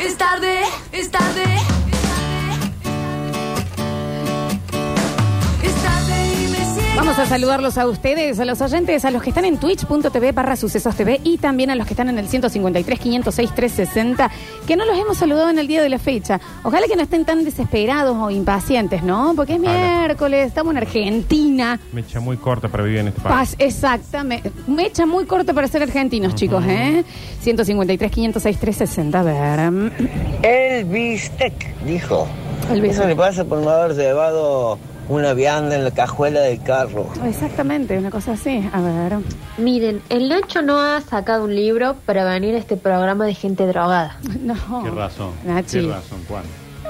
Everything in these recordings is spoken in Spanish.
Es tarde, es tarde. Es tarde y me siento. Vamos a saludarlos a ustedes, a los oyentes, a los que están en twitch.tv barra sucesos TV y también a los que están en el 153 506 360, que no los hemos saludado en el día de la fecha. Ojalá que no estén tan desesperados o impacientes, ¿no? Porque es Ojalá. miércoles, estamos en Argentina. Mecha muy corta para vivir en este país. Paz, exactamente. Mecha muy corta para ser argentinos, chicos, ¿eh? 153 506 360, a ver. El bistec, dijo. El bistec. Eso le pasa por no haber llevado una vianda en la cajuela del carro. Exactamente, una cosa así, a ver. Miren, el Nacho no ha sacado un libro para venir a este programa de gente drogada. No. Qué razón. Nachi. Qué razón, Juan.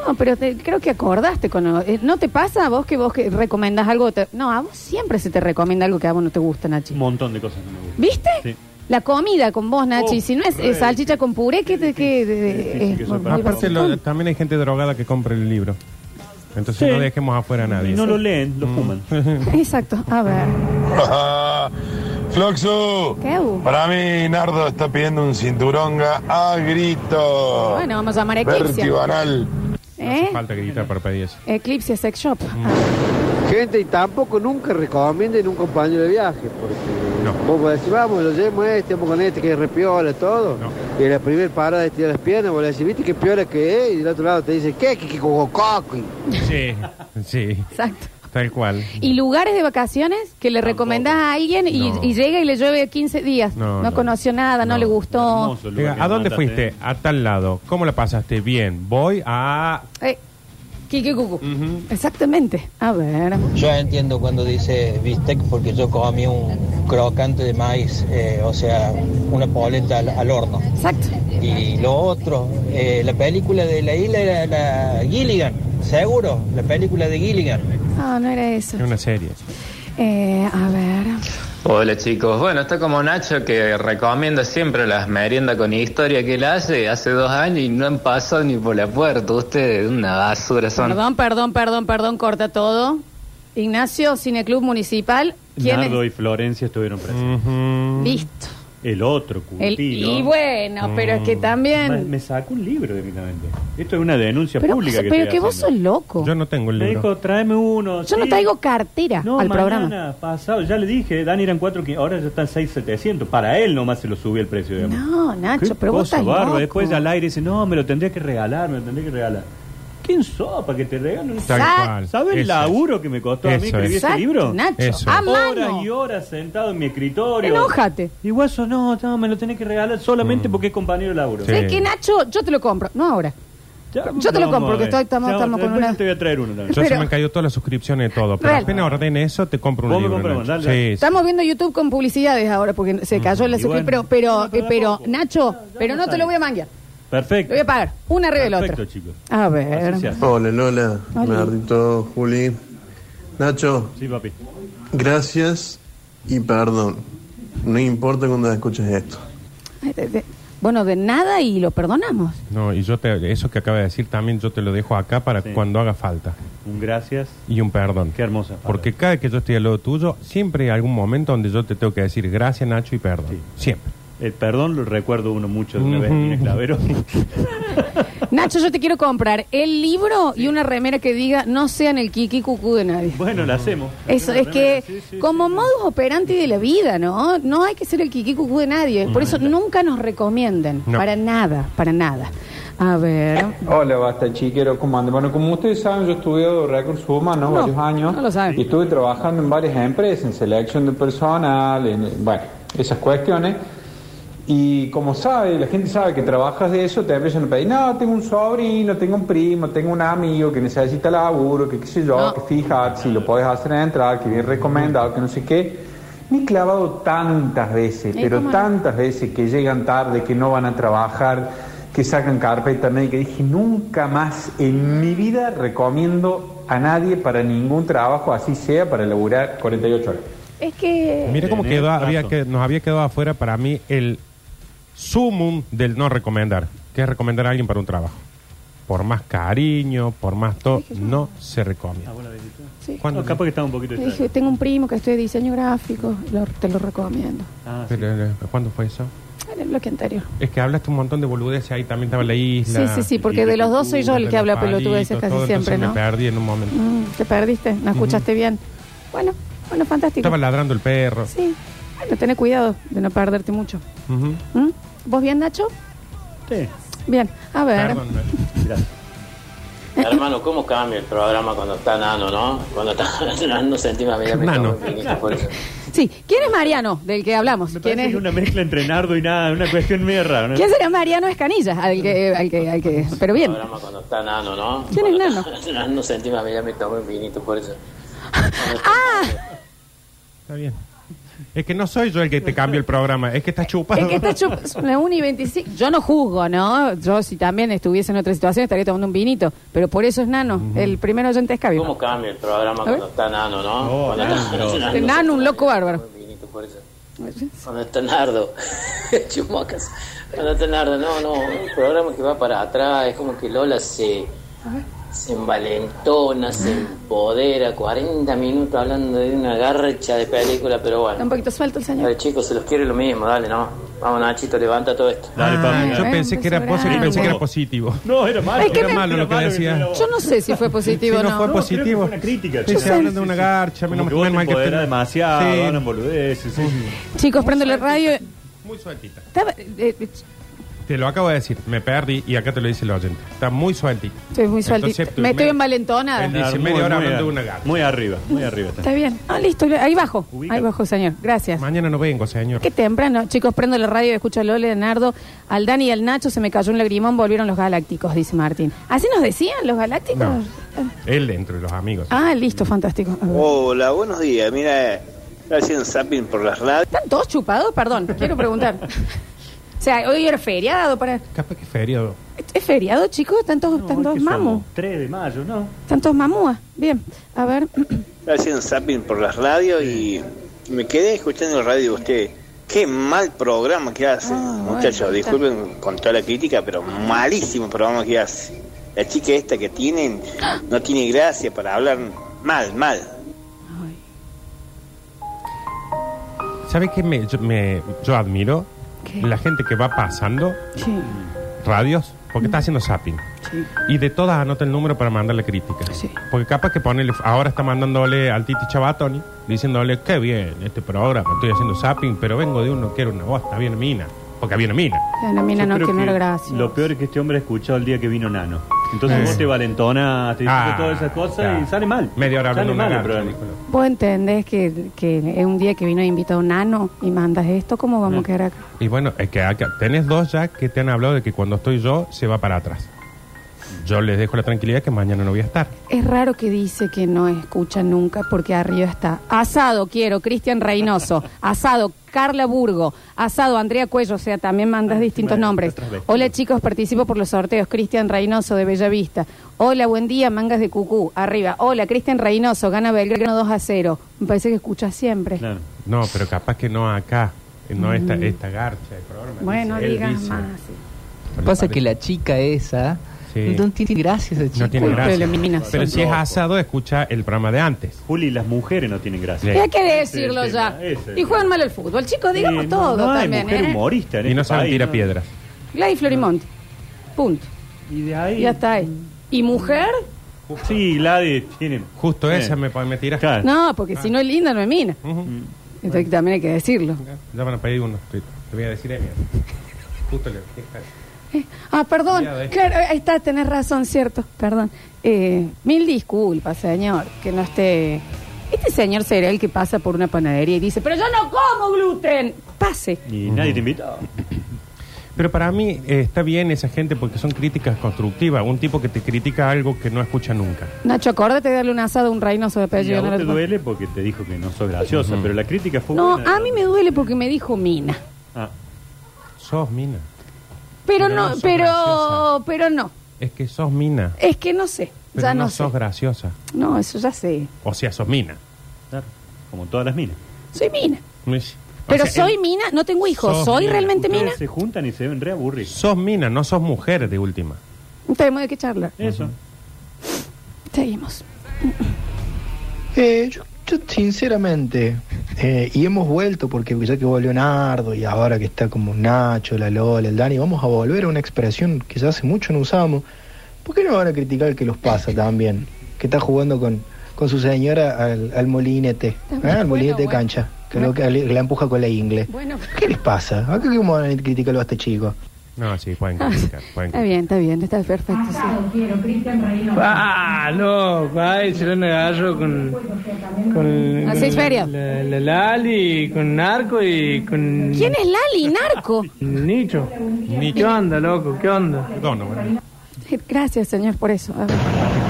No, pero te- creo que acordaste con... eh, ¿No te pasa a vos que vos que recomendás algo? te- no, a vos siempre se te recomienda algo que a vos no te gusta, Nachi. Un montón de cosas que me gustan. ¿Viste? Sí. La comida con vos, Nachi. Oh, si no es, re es salchicha con puré, que... te- eh, que difícil que es soy para muy Aparte Aparte, bastón. lo- también hay gente drogada que compra el libro. Entonces Sí. no dejemos afuera a nadie. Y no lo leen, Mm. lo fuman. Exacto, a ver. Floxu, ¿Qué hubo? para mí Nardo está pidiendo un cinturonga a grito. Bueno, vamos a llamar a Eclipse. Vertibanal. No hace ¿Eh? falta gritar para pedir eso. Eclipse Sex Shop. Ah, Gente, y tampoco nunca recomienden un compañero de viaje, porque No. vos podés decir, vamos, lo llevo a este, vamos con este, que es repiola, todo. No. Y en la primera parada estira las piernas, vos le decís, viste qué piola que es, y del otro lado te dice, ¿qué? ¿Qué? ¿Qué? cococoqui?". Sí, sí, Exacto. tal cual. ¿Y lugares de vacaciones que le recomendás a alguien y, No. y llega y le llueve 15 días? No, No, no. conoció nada, no, le gustó. Hermoso el lugar Diga, que ¿eh? ¿A dónde mandaste. fuiste? A tal lado. ¿Cómo la pasaste? Bien. Voy a... Eh, Kiki Cucu. Exactamente. A ver. Yo entiendo cuando dice bistec porque yo comí un crocante de maíz, eh, o sea, una polenta al, al horno. Exacto. Y lo otro, eh, la película de la isla era la Gilligan, seguro, la película de Gilligan. Ah, no era eso. Es una serie. Eh, a ver. Hola chicos, bueno, está como Nacho que recomienda siempre las meriendas con historia que él hace hace dos años y no han pasado ni por la puerta. Ustedes una basura son. Perdón, perdón, perdón, perdón, corta todo. Ignacio, Cineclub Municipal. ¿Quién Nardo es? y Florencia estuvieron presentes. Ujú. Listo. El otro, El- Curtino. y bueno, pero es que Mm. Me, también. me sacó un libro directamente. Esto es una denuncia Pero, pública. pero que, que, estoy vos sos haciendo. loco. Yo no tengo el Me libro. dijo, tráeme uno. Yo no Sí. traigo cartera No, al mañana, programa. pasado. Ya le dije, Dani eran 4, ahora ya están 6,700. Para él nomás se lo subió el precio, digamos. No, Nacho, Qué pero vos cosa estás bárbara. loco. Después al aire dice, no, me lo tendría que regalar, me lo tendría que regalar. ¿Quién sos para que te regalen? Tal Sa- cual. ¿Sabes el Eso es. laburo que me costó a mí Eso escribir es. ese Exacto, este libro? Nacho, Eso. a mano. Horas y horas sentado en mi escritorio. Enójate. Y guaso, no, no, me lo tenés que regalar solamente porque es compañero de laburo. Mm. Sí. ¿Sabes qué, Nacho? Yo te lo compro. No ahora. Ya, Yo te lo vamos compro, a que ver. estoy- estamos- Ya, estamos con después una- Te voy a traer uno también. Yo se Pero- me han caído todas las suscripciones de todo. Pero Real. apenas ordene eso, te compro un Vos me libro. compras, Nacho. dale. Sí, sí. Estamos viendo YouTube con publicidades ahora porque se cayó la Mm, y suscripción. bueno. pero, Bueno, pero, eh, pero da pero, poco. Nacho, Ya, ya pero no no te sale. lo voy a manguear. Perfecto. Lo voy a pagar. Una arriba del Perfecto, otro. chicos. A ver. Así se hace. Hola Lola, Hola. Nardito, Juli. Nacho, Sí, papi. gracias y perdón. No importa cuando escuches esto. Ay, de- de- Bueno, de nada y lo perdonamos. No, y yo te, eso que acaba de decir también yo te lo dejo acá para Sí. cuando haga falta. Un gracias. Y un perdón. Qué hermosa palabra. Porque cada vez que yo estoy al lado tuyo, siempre hay algún momento donde yo te tengo que decir gracias, Nacho, y perdón. Siempre. El Eh, perdón lo recuerdo uno mucho de una vez en el clavero. Nacho, yo te quiero comprar el libro y una remera que diga no sean el kiki cucú de nadie. bueno, la hacemos. Eso es que como modus operandi de la vida, ¿no? No hay que ser el kiki cucú de nadie. Por eso nunca nos recomienden. No. Para nada, para nada. A ver. Hola, basta chiquero, ¿cómo andan? Bueno, como ustedes saben, yo he estudiado recursos humanos No, varios años no lo saben. y estuve trabajando en varias empresas, en selección de personal, en, bueno, esas cuestiones. Y como sabe, la gente sabe que trabajas de eso, te empiezan a pedir, no, tengo un sobrino, tengo un primo, tengo un amigo que necesita laburo, que qué sé yo, No. que fíjate si lo podés hacer entrar, que bien recomendado, que no sé qué. Me he clavado tantas veces, ¿Y pero cómo no? tantas veces que llegan tarde, que no van a trabajar, que sacan carpeta médica. Dije, nunca más en mi vida recomiendo a nadie para ningún trabajo, así sea, para laburar 48 horas. Es que... Mira cómo Tenés quedó, había razón. que, nos había quedado afuera para mí el sumum del no recomendar, que es recomendar a alguien para un trabajo. Por más cariño, por más todo, no se recomienda. Sí. ¿Cuándo? Ah, No, capaz que estaba un poquito Le dije, distraído. tengo un primo que estudia diseño gráfico, lo- te lo recomiendo. Ah, sí. Pero, eh, ¿Cuándo fue eso? En el bloque anterior. Es que hablaste un montón de boludeces ahí, también estaba la isla. Sí, sí, sí, porque de los dos soy yo el de que los habla pelotudeces palitos, casi todo, siempre, entonces ¿no? Me perdí en un momento. Mm, te perdiste, no escuchaste bien. Bueno, bueno, fantástico. Estaba ladrando el perro. Sí. Bueno, tené cuidado de no perderte mucho. Ujú. ¿Mm? ¿Vos bien, Nacho? Sí. Bien. A ver. Perdón, Gracias. Hermano, ¿cómo cambia el programa cuando está nano, no? Cuando está nano sentimos a mí Nano. Sí. ¿Quién es Mariano, del que hablamos? ¿Quién Es es? una mezcla entre Nardo y nada, una cuestión media rara. ¿no? ¿Quién será Mariano Escanilla? Al que, al que, al que. Pero bien. programa cuando está nano, ¿no? ¿Quién es Cuando nano? está Nano sentimos a mí ya me tomo un vinito por eso. Ah, Está bien. Es que no soy yo el que te cambio el programa, es que estás chupado. Es que está chup- son las 1 y 25. Yo no juzgo, ¿no? Yo, si también estuviese en otra situación, estaría tomando un vinito. Pero por eso es nano. El primero oyente es Cabi. ¿Cómo cambia el programa A ver. cuando está nano, no? Oh, cuando Nando. Este Nano, un loco bárbaro. sentimos a mí ya me tomo un vinito por eso. Cuando está Nardo. Chumacas. Cuando está Nardo, no, no. Un programa que va para atrás, es como que Lola se. Se envalentona, se empodera, 40 minutos hablando de una garcha de película, pero bueno. Está un poquito suelto el señor. Dale, chicos, se los quiere lo mismo, dale, no. Vamos, Nachito, levanta todo esto. Dale, papi, Ah, yo eh, pensé que era empezó vos el que bravo. pensé que era positivo. No, era malo. Es que Era me- malo lo que malo decía. que era Yo no sé si fue positivo o Sí, no no. fue No, creo que positivo. fue una crítica, Sí, chico. se hablan de Sí, una sí, garcha, a mí no Como me que vos ponen te mal que empoderás estén- demasiado, Sí. hablan boludeces, sí, sí. Chicos, prendo la radio. Muy sueltita. Estaba, eh, eh, Te lo acabo de decir, me perdí y acá te lo dice el oyente. Está muy sueltita. estoy muy sueltito. Entonces, Me estoy me- envalentonada. Dice, Muy, media hora muy hablando de ar- una garcha. Muy arriba, muy arriba. está. Está bien. Ah, listo. Ahí bajo. Ubícate. Ahí bajo, señor. Gracias. Mañana no vengo, señor. Qué temprano, chicos, prendo la radio, escucho a Lole, Leonardo, al Dani y al Nacho, se me cayó un lagrimón, volvieron los galácticos, dice Martín. ¿Así nos decían los galácticos? No. Oh, Él entre los amigos. Ah, listo, fantástico. A ver. Hola, buenos días. Mira, haciendo zapping por las radios. ¿Están todos chupados? Perdón, quiero preguntar. o sea, hoy era feriado para... Capaz que es feriado. ¿Es feriado, chicos? ¿Están todos, No, están hoy todos que somos mamu? 3 de mayo, ¿no? ¿Están todos mamúas? Bien, a ver. haciendo zapping por las radios y me quedé escuchando la radio de ustedes. Qué mal programa que hacen, Ah, bueno, muchachos. está. Disculpen con toda la crítica, pero malísimo programa que hacen. La chica esta que tienen no tiene gracia para hablar mal, mal. ¿Sabes qué me, yo, me- yo admiro? ¿Qué? La gente que va pasando Sí, radios porque está haciendo zapping. sí. Y de todas anota el número para mandarle críticas. Sí. Porque capaz que ponele, ahora está mandándole al Titi Chabatoni, diciéndole, qué bien, este programa, estoy haciendo zapping, pero vengo de uno que era una bosta, había una mina. Porque había una mina. La mina Yo no creo tiene que gracia. Lo peor es que este hombre escuchó el día que vino Nano. Entonces Sí. vos te valentonas, te dijiste Ah, todas esas cosas claro. y sale mal. Media hora sale hablando mal de el una garcha, programa. Nicolás. ¿Vos entendés que, que es un día que vino invitado un nano y mandas esto? ¿Cómo vamos a quedar acá? Y bueno, es que acá tenés dos ya que te han hablado de que cuando estoy yo se va para atrás. Yo les dejo la tranquilidad que mañana no voy a estar. Es raro que dice que no escucha nunca porque arriba está. Asado quiero, Cristian Reynoso. Asado, Carla Burgo. Asado, Andrea Cuello. O sea, también mandas distintos bueno, nombres. otras veces. Hola chicos, participo por los sorteos. Cristian Reynoso de Bellavista. Hola, buen día, mangas de cucú. Arriba. Hola, Cristian Reynoso. Gana Belgrano 2 a 0. Me parece que escucha siempre. Claro. No, pero capaz que no acá. No esta, esta garcha de programa. Mm. Bueno, Dice, él digas dice. más. Pero Pasa parece- que la chica esa Sí. no tiene gracia esa chica. no tiene Culpa de la gracia. eliminación. Pero si es asado, escucha el programa de antes. Juli, las mujeres no tienen gracia. Sí. Y hay que Ese decirlo es el ya. tema, ese es Y el juegan tema. mal al fútbol. Chicos, digamos Eh, no- todo no hay también. mujer ¿eh? humorista en Y no este saben país, tira ¿no? piedras. Gladys Florimont. Ah. Punto. Y de ahí. Ya está ahí. ¿Y mujer? Sí, Gladys tiene. Justo Eh, esa me, me tiras. Claro. Mm. No, porque si no es linda, no es mina. Ujú. Entonces también hay que decirlo. Ya van a pedir uno. Te te voy a decir, Emi. Justo le. Ah, perdón. Ya ves. Claro, ahí está, tenés razón, cierto. Perdón. Eh, mil disculpas, señor, que no esté... Este señor será el que pasa por una panadería y dice, pero yo no como gluten. Pase. Y nadie te invitó. Pero para mí eh, está bien esa gente porque son críticas constructivas. Un tipo que te critica algo que no escucha nunca. Nacho, acordate de darle un asado a un reinoso de Y apellido. a no vos te lo- duele porque te dijo que no sos graciosa, pero la crítica fue No, buena. a mí me duele porque me dijo mina. Ah, Sos mina. Pero, Pero no no, sos pero, graciosa. pero no. Es que sos mina. Es que no sé. Pero ya no, no, sé. sos graciosa. No, eso ya sé. O sea, sos mina. claro. Como todas las minas. Soy mina. No es- o Pero sea, soy en- mina, no tengo hijos. sos ¿Soy mina. realmente Ustedes mina? se juntan y se ven re aburridos. Sos mina, no sos mujer de última. No tenemos de qué charlar. Eso. Seguimos. Eh, yo Yo, sinceramente, eh, y hemos vuelto porque ya que volvió Nardo y ahora que está como Nacho, la Lola, el Dani, vamos a volver a una expresión que ya hace mucho no usamos. ¿Por qué no van a criticar al que los pasa también? Que está jugando con, con su señora al, al molinete, ¿eh? al molinete de cancha, que, lo, que le- la empuja con la ingle. Bueno. ¿Qué les pasa? ¿A qué cómo van a criticarlo a este chico? No, sí, pueden criticar. pueden Está bien, está bien, está perfecto. sí. Ah, no, va, se lo agarro con. con Así Ah, es, con feria. La, la Lali, con Narco y con. ¿Quién es Lali, narco? Nicho. ¿Qué onda, loco? ¿Qué onda? Gracias, señor, por eso. A ver.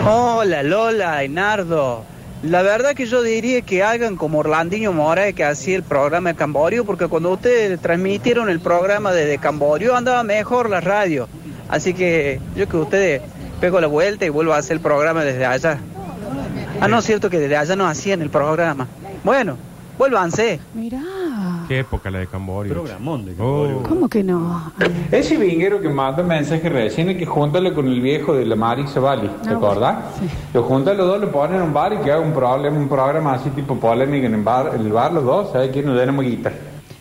Hola Lola, Enardo. La verdad que yo diría que hagan como Orlandinho Mora que hacía el programa de Camborio, porque cuando ustedes transmitieron el programa desde Camborio andaba mejor la radio. Así que yo que ustedes pego la vuelta y vuelvo a hacer el programa desde allá. Ah, no es cierto que desde allá no hacían el programa. Bueno, vuélvanse. Mirá. ¿Qué época la de Oh. Camborio? Programón Oh. de Camborio. ¿Cómo que no? Ese vinguero que manda mensaje recién es que júntalo con el viejo de la Marix Valley, ¿te Ah, acordás? Lo juntan los dos, lo ponen en un bar y que haga un, problema, un programa así tipo polémico en el bar, en el bar los dos, ¿sabes quién nos tenemos guitarra?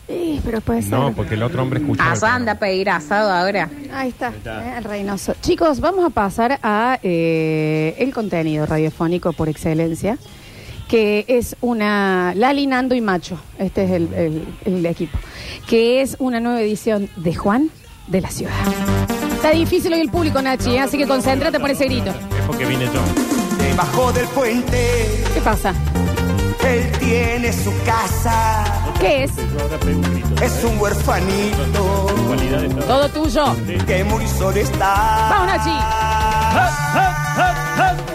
Eh, pero puede ser. No, porque el otro hombre escucha. Asada anda a pedir asado ahora. Ahí está, eh, el reinoso. Chicos, vamos a pasar a eh, el contenido radiofónico por excelencia, que es una Lali, Nando y Macho. Este es el, el- el equipo. Que es una nueva edición de Juan de la Ciudad. Está difícil hoy el público, Nachi, eh, así que concéntrate por ese grito. Es porque vine yo. Debajo del puente, ¿Qué pasa? él tiene su casa. ¿Qué es? Es un huerfanito. Todo tuyo. Que muy solo está. ¡Vamos, Nachi!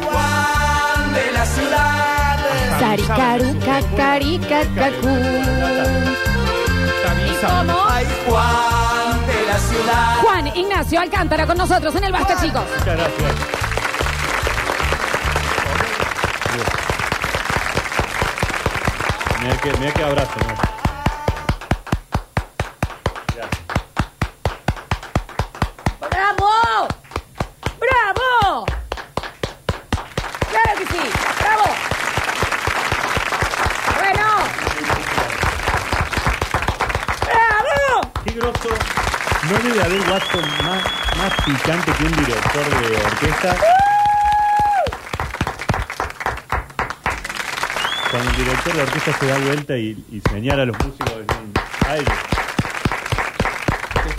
Juan de la ciudad. Saricaru, cacari, cacacú. ¿Y cómo? Ay, Juan de la ciudad. Juan Ignacio Alcántara con nosotros en el Basta, chicos. Muchas gracias. Mira que, mira que abrazo, ¿no? ¡Bravo! ¡Bravo! ¡Claro que sí! ¡Bravo! ¡Bueno! ¡Bravo! ¡Qué grosso! No debe haber gato más, más picante que un director de orquesta. Cuando el director de orquesta se da vuelta y, y señala a los músicos, dicen, ¡ay!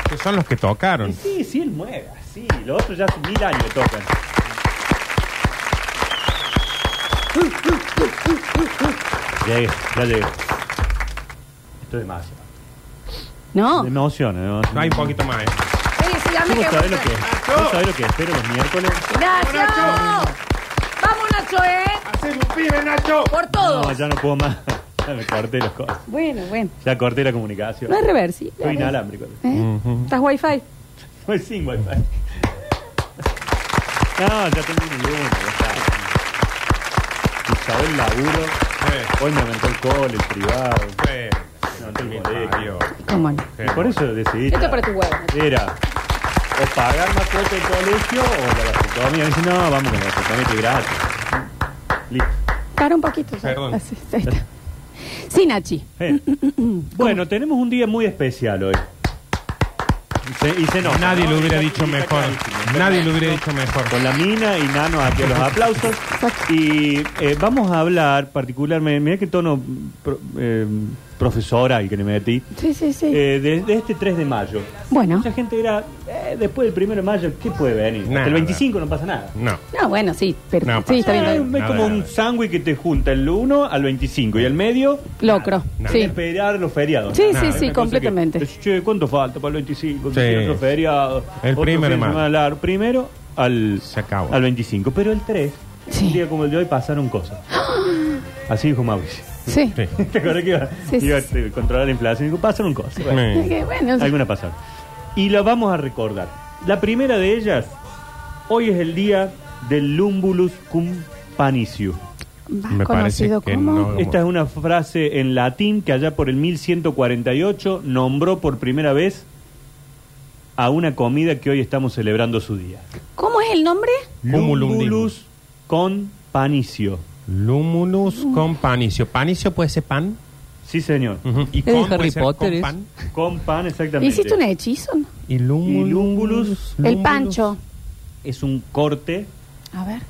Que son los que tocaron. Sí, sí, él mueve, sí. Los otros ya hace mil años tocan. Llegué, ya llegué. Esto es demasiado. No. Me emociona, me emociona. No hay un poquito más. eh. Sí, sí, dame ¿Cómo que sabés lo que ¿Vos sabés lo que espero los miércoles? ¡Nacho! ¡Vamos, Nacho, eh! ¡Hacemos un pibe, Nacho! Por todo. No, ya no puedo más. Ya me corté las cosas. Bueno, bueno. Ya corté la comunicación. No es reversible. Soy inalámbrico. ¿Eh? ¿Estás wifi? Soy sin wifi. No, ya tengo un uno, ya está. Isabel laburo. Hoy me aumentó el cole, el privado. No, tengo el colegio. ¿Cómo no? Y por eso decidí. Esto es para tu huevo. Era o pagar más cuota de colegio o la gastronomía. Dice, no, vamos con la gastronomía, que es gratis. Listo. Para un poquito. ¿sabes? Perdón. Así, ahí está. Sí, Nachi. Eh, Bueno, tenemos un día muy especial hoy. Y se, y se nota, Nadie ¿no? lo hubiera dicho Está- está mejor. clarísimo. Nadie lo hubiera dicho mejor. Con la mina y Nano aquí a los aplausos. Y eh, vamos a hablar particularmente, mira qué tono pro- eh, profesora el que le metí, Sí, sí, sí. eh, de, de este 3 de mayo. bueno. Mucha gente era, eh, después del 1 de mayo, ¿qué puede venir? Hasta Nada. El 25 no pasa nada. No. No, bueno, sí. Pero, No, sí, está bien. está es bien. como un sándwich que te junta el 1 al 25 y al medio Locro. Nada. Sí. esperar los feriados. Sí, Nada, sí, es sí, una cosa completamente. que, che, ¿Cuánto falta para el 25? Sí. Otro feriado. El otro primero fin de más. semana largo. Primero al, al 25. Pero el 3, un día como el de hoy, pasaron cosas. Así dijo Mauricio. Sí. ¿Te acuerdas que iba, Sí, sí, iba a eh, controlar la inflación? Dijo, pasaron cosas. Sí. Es que, bueno, sí. Alguna pasaron. Y la vamos a recordar. La primera de ellas, hoy es el día del Lumbulus cum panicium. Más conocido como. Esta es una frase en latín que allá por el 1148 nombró por primera vez a una comida que hoy estamos celebrando su día. ¿Cómo es el nombre? Lumbulus con panicio. Lumulus con panicio. ¿Panicio puede ser pan? Sí, señor. ¿Y Es de Harry Potter. con es. pan? Con pan, exactamente. ¿Hiciste un hechizo? no? Y lumulus. Ilúmbulus El pancho. es un corte A ver.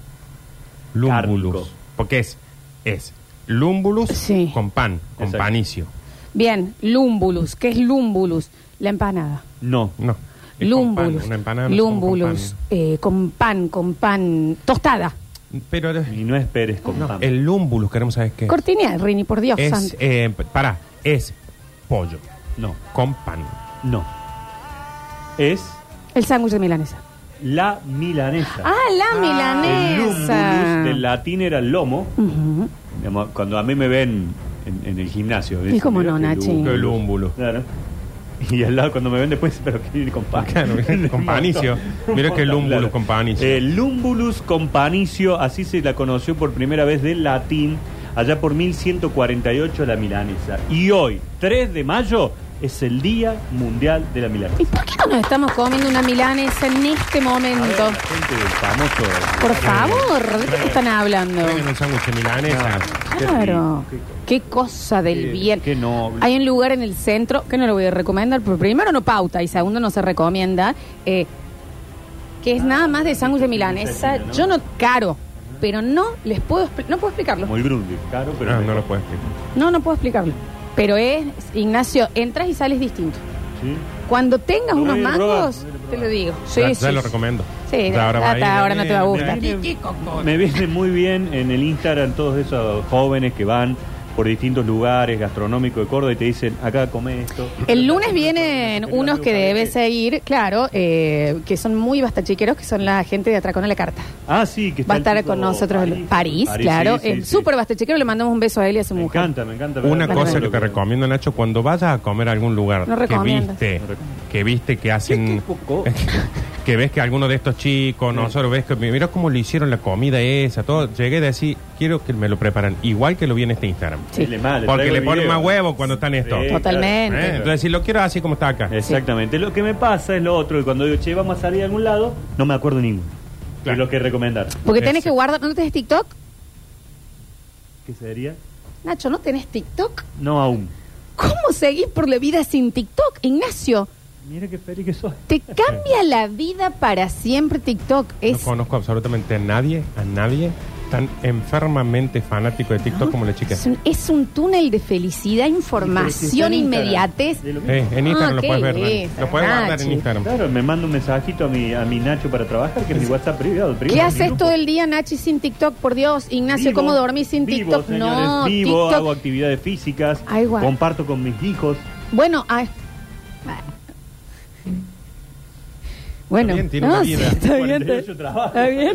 Lumbulus. Porque es, es lumbulus con pan, con panicio. Bien, lumbulus. ¿Qué es lumbulus? La empanada. No. No. Es con pan, Lumbulus. una empanada no es con- con Lumbulus. eh, Con pan, con pan. Tostada. pan. Pero y no esperes con pan. El lumbulus, queremos saber qué. es. Cortina de Rini, por Dios es santo. eh, pará, es pollo. No. Con pan. No. Es El sándwich de milanesa. la milanesa. Ah, la milanesa. El del latín era el lomo. Ujú. Digamos, Cuando a mí me ven en, en el gimnasio. Y dicen, cómo mira, no, qué Nachi. lúmbulo. Qué lúmbulo. Claro. Y al lado cuando me ven después, pero que viene con pan. Claro, con panicio. Mirá que lúmbulus con panicio. El lumbulus con panicio, así se la conoció por primera vez del latín, allá por 1148 la milanesa. Y hoy, 3 de mayo, es el Día Mundial de la Milanesa. ¿Y por qué no nos estamos comiendo una milanesa en este momento? Gente del famoso. Por favor, ¿de qué me están hablando? Traigan un sándwich de milanesa. Claro. Qué cosa del bien. Qué noble. Hay un lugar en el centro que no lo voy a recomendar, porque primero no pauta y segundo no se recomienda, eh, que es nada más de sándwich de milanesa. ¿no? Yo no caro, pero no les puedo expli- no puedo explicarlo. Muy Grundig, claro, pero. Ah, No, no lo puedes explicar. No, no puedo explicarlo. Pero es Ignacio, entras y sales distinto. Sí. Cuando tengas Lo unos voy a probar, mangos, te lo digo. Sí, ya ya sí, lo sí. recomiendo. Sí, Ya ya va a ir, está, ahora no te va a gustar. Me viene- Me viene muy bien en el Instagram todos esos jóvenes que van por distintos lugares gastronómicos de Córdoba y te dicen, acá come esto. El lunes vienen unos que debes seguir, claro, eh, que son muy bastachiqueros, que son la gente de Atracón a la Carta. Ah, sí, que está Va a el estar tipo con nosotros el- París. París, París, claro. sí, sí, el sí. súper bastachiquero, le mandamos un beso a él y a su Me mujer. encanta, me encanta. Una Claro, cosa claro, que te claro. recomiendo, Nacho, cuando vayas a comer a algún lugar No que recomiendas. viste, que viste que hacen, Oh. que ves que alguno de estos chicos, nosotros ves que mira cómo le hicieron la comida esa, todo, llegué de así, quiero que me lo preparan, igual que lo vi en este Instagram. Sí. Dile más, Porque Ah, traigo le el ponen video. más huevo cuando están Sí, estos. claro. Totalmente. ¿Eh? Entonces, si lo quiero así como está acá. Exactamente. Lo que me pasa es lo otro, y cuando digo, che, vamos a salir a algún lado, no me acuerdo ninguno. Es lo que recomendar. Porque tenés que guardar. ¿No tenés TikTok? ¿Qué sería? Nacho, ¿no tenés TikTok? No aún. ¿Cómo seguís por la vida sin TikTok, Ignacio? Mira qué feliz que soy. Te cambia la vida para siempre TikTok. No Es conozco absolutamente a nadie, a nadie tan enfermamente fanático de TikTok como la chica. Es un, es un túnel de felicidad, información, inmediatez. Eh, en Instagram lo qué puedes ver, Dani. belleza, Lo puedes guardar en Nachi. Instagram. Claro, me manda un mensajito a mi, a mi Nacho para trabajar, que es mi WhatsApp privado. ¿Qué privado mi haces grupo. todo el día, Nachi, sin TikTok? Por Dios, Ignacio, Vivo, ¿cómo dormís sin vivo, TikTok? señores, no, vivo, TikTok. hago actividades físicas, Ay, guau. comparto con mis hijos. Bueno, ay. Bueno, bien, tiene una sí, vida. está bien, 48 está, trabajos. está bien.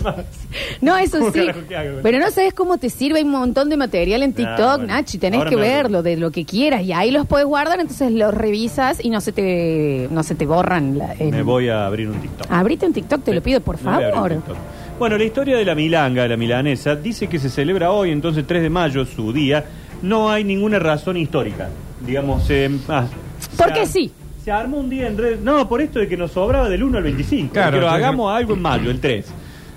No, eso ¿Cómo sí. carajo que hago? Pero no sabes cómo te sirve. Hay un montón de material en Ah, TikTok, bueno. Nachi. Tenés Ahora que me lo- verlo de lo que quieras y ahí los puedes guardar. Entonces los revisas y no se te, no se te borran. La, el- Me voy a abrir un TikTok. Abrite un TikTok, te lo pido, por Me voy a abrir un favor. TikTok. Bueno, la historia de la milanga, de la milanesa, dice que se celebra hoy, entonces 3 de mayo, su día. No hay ninguna razón histórica. Digamos, eh, ah, ¿Por se qué ar- sí? Se armó un día en redes. No, por esto de que nos sobraba del 1 al 25. Claro, que lo yo creo- hagamos algo en mayo, el 3.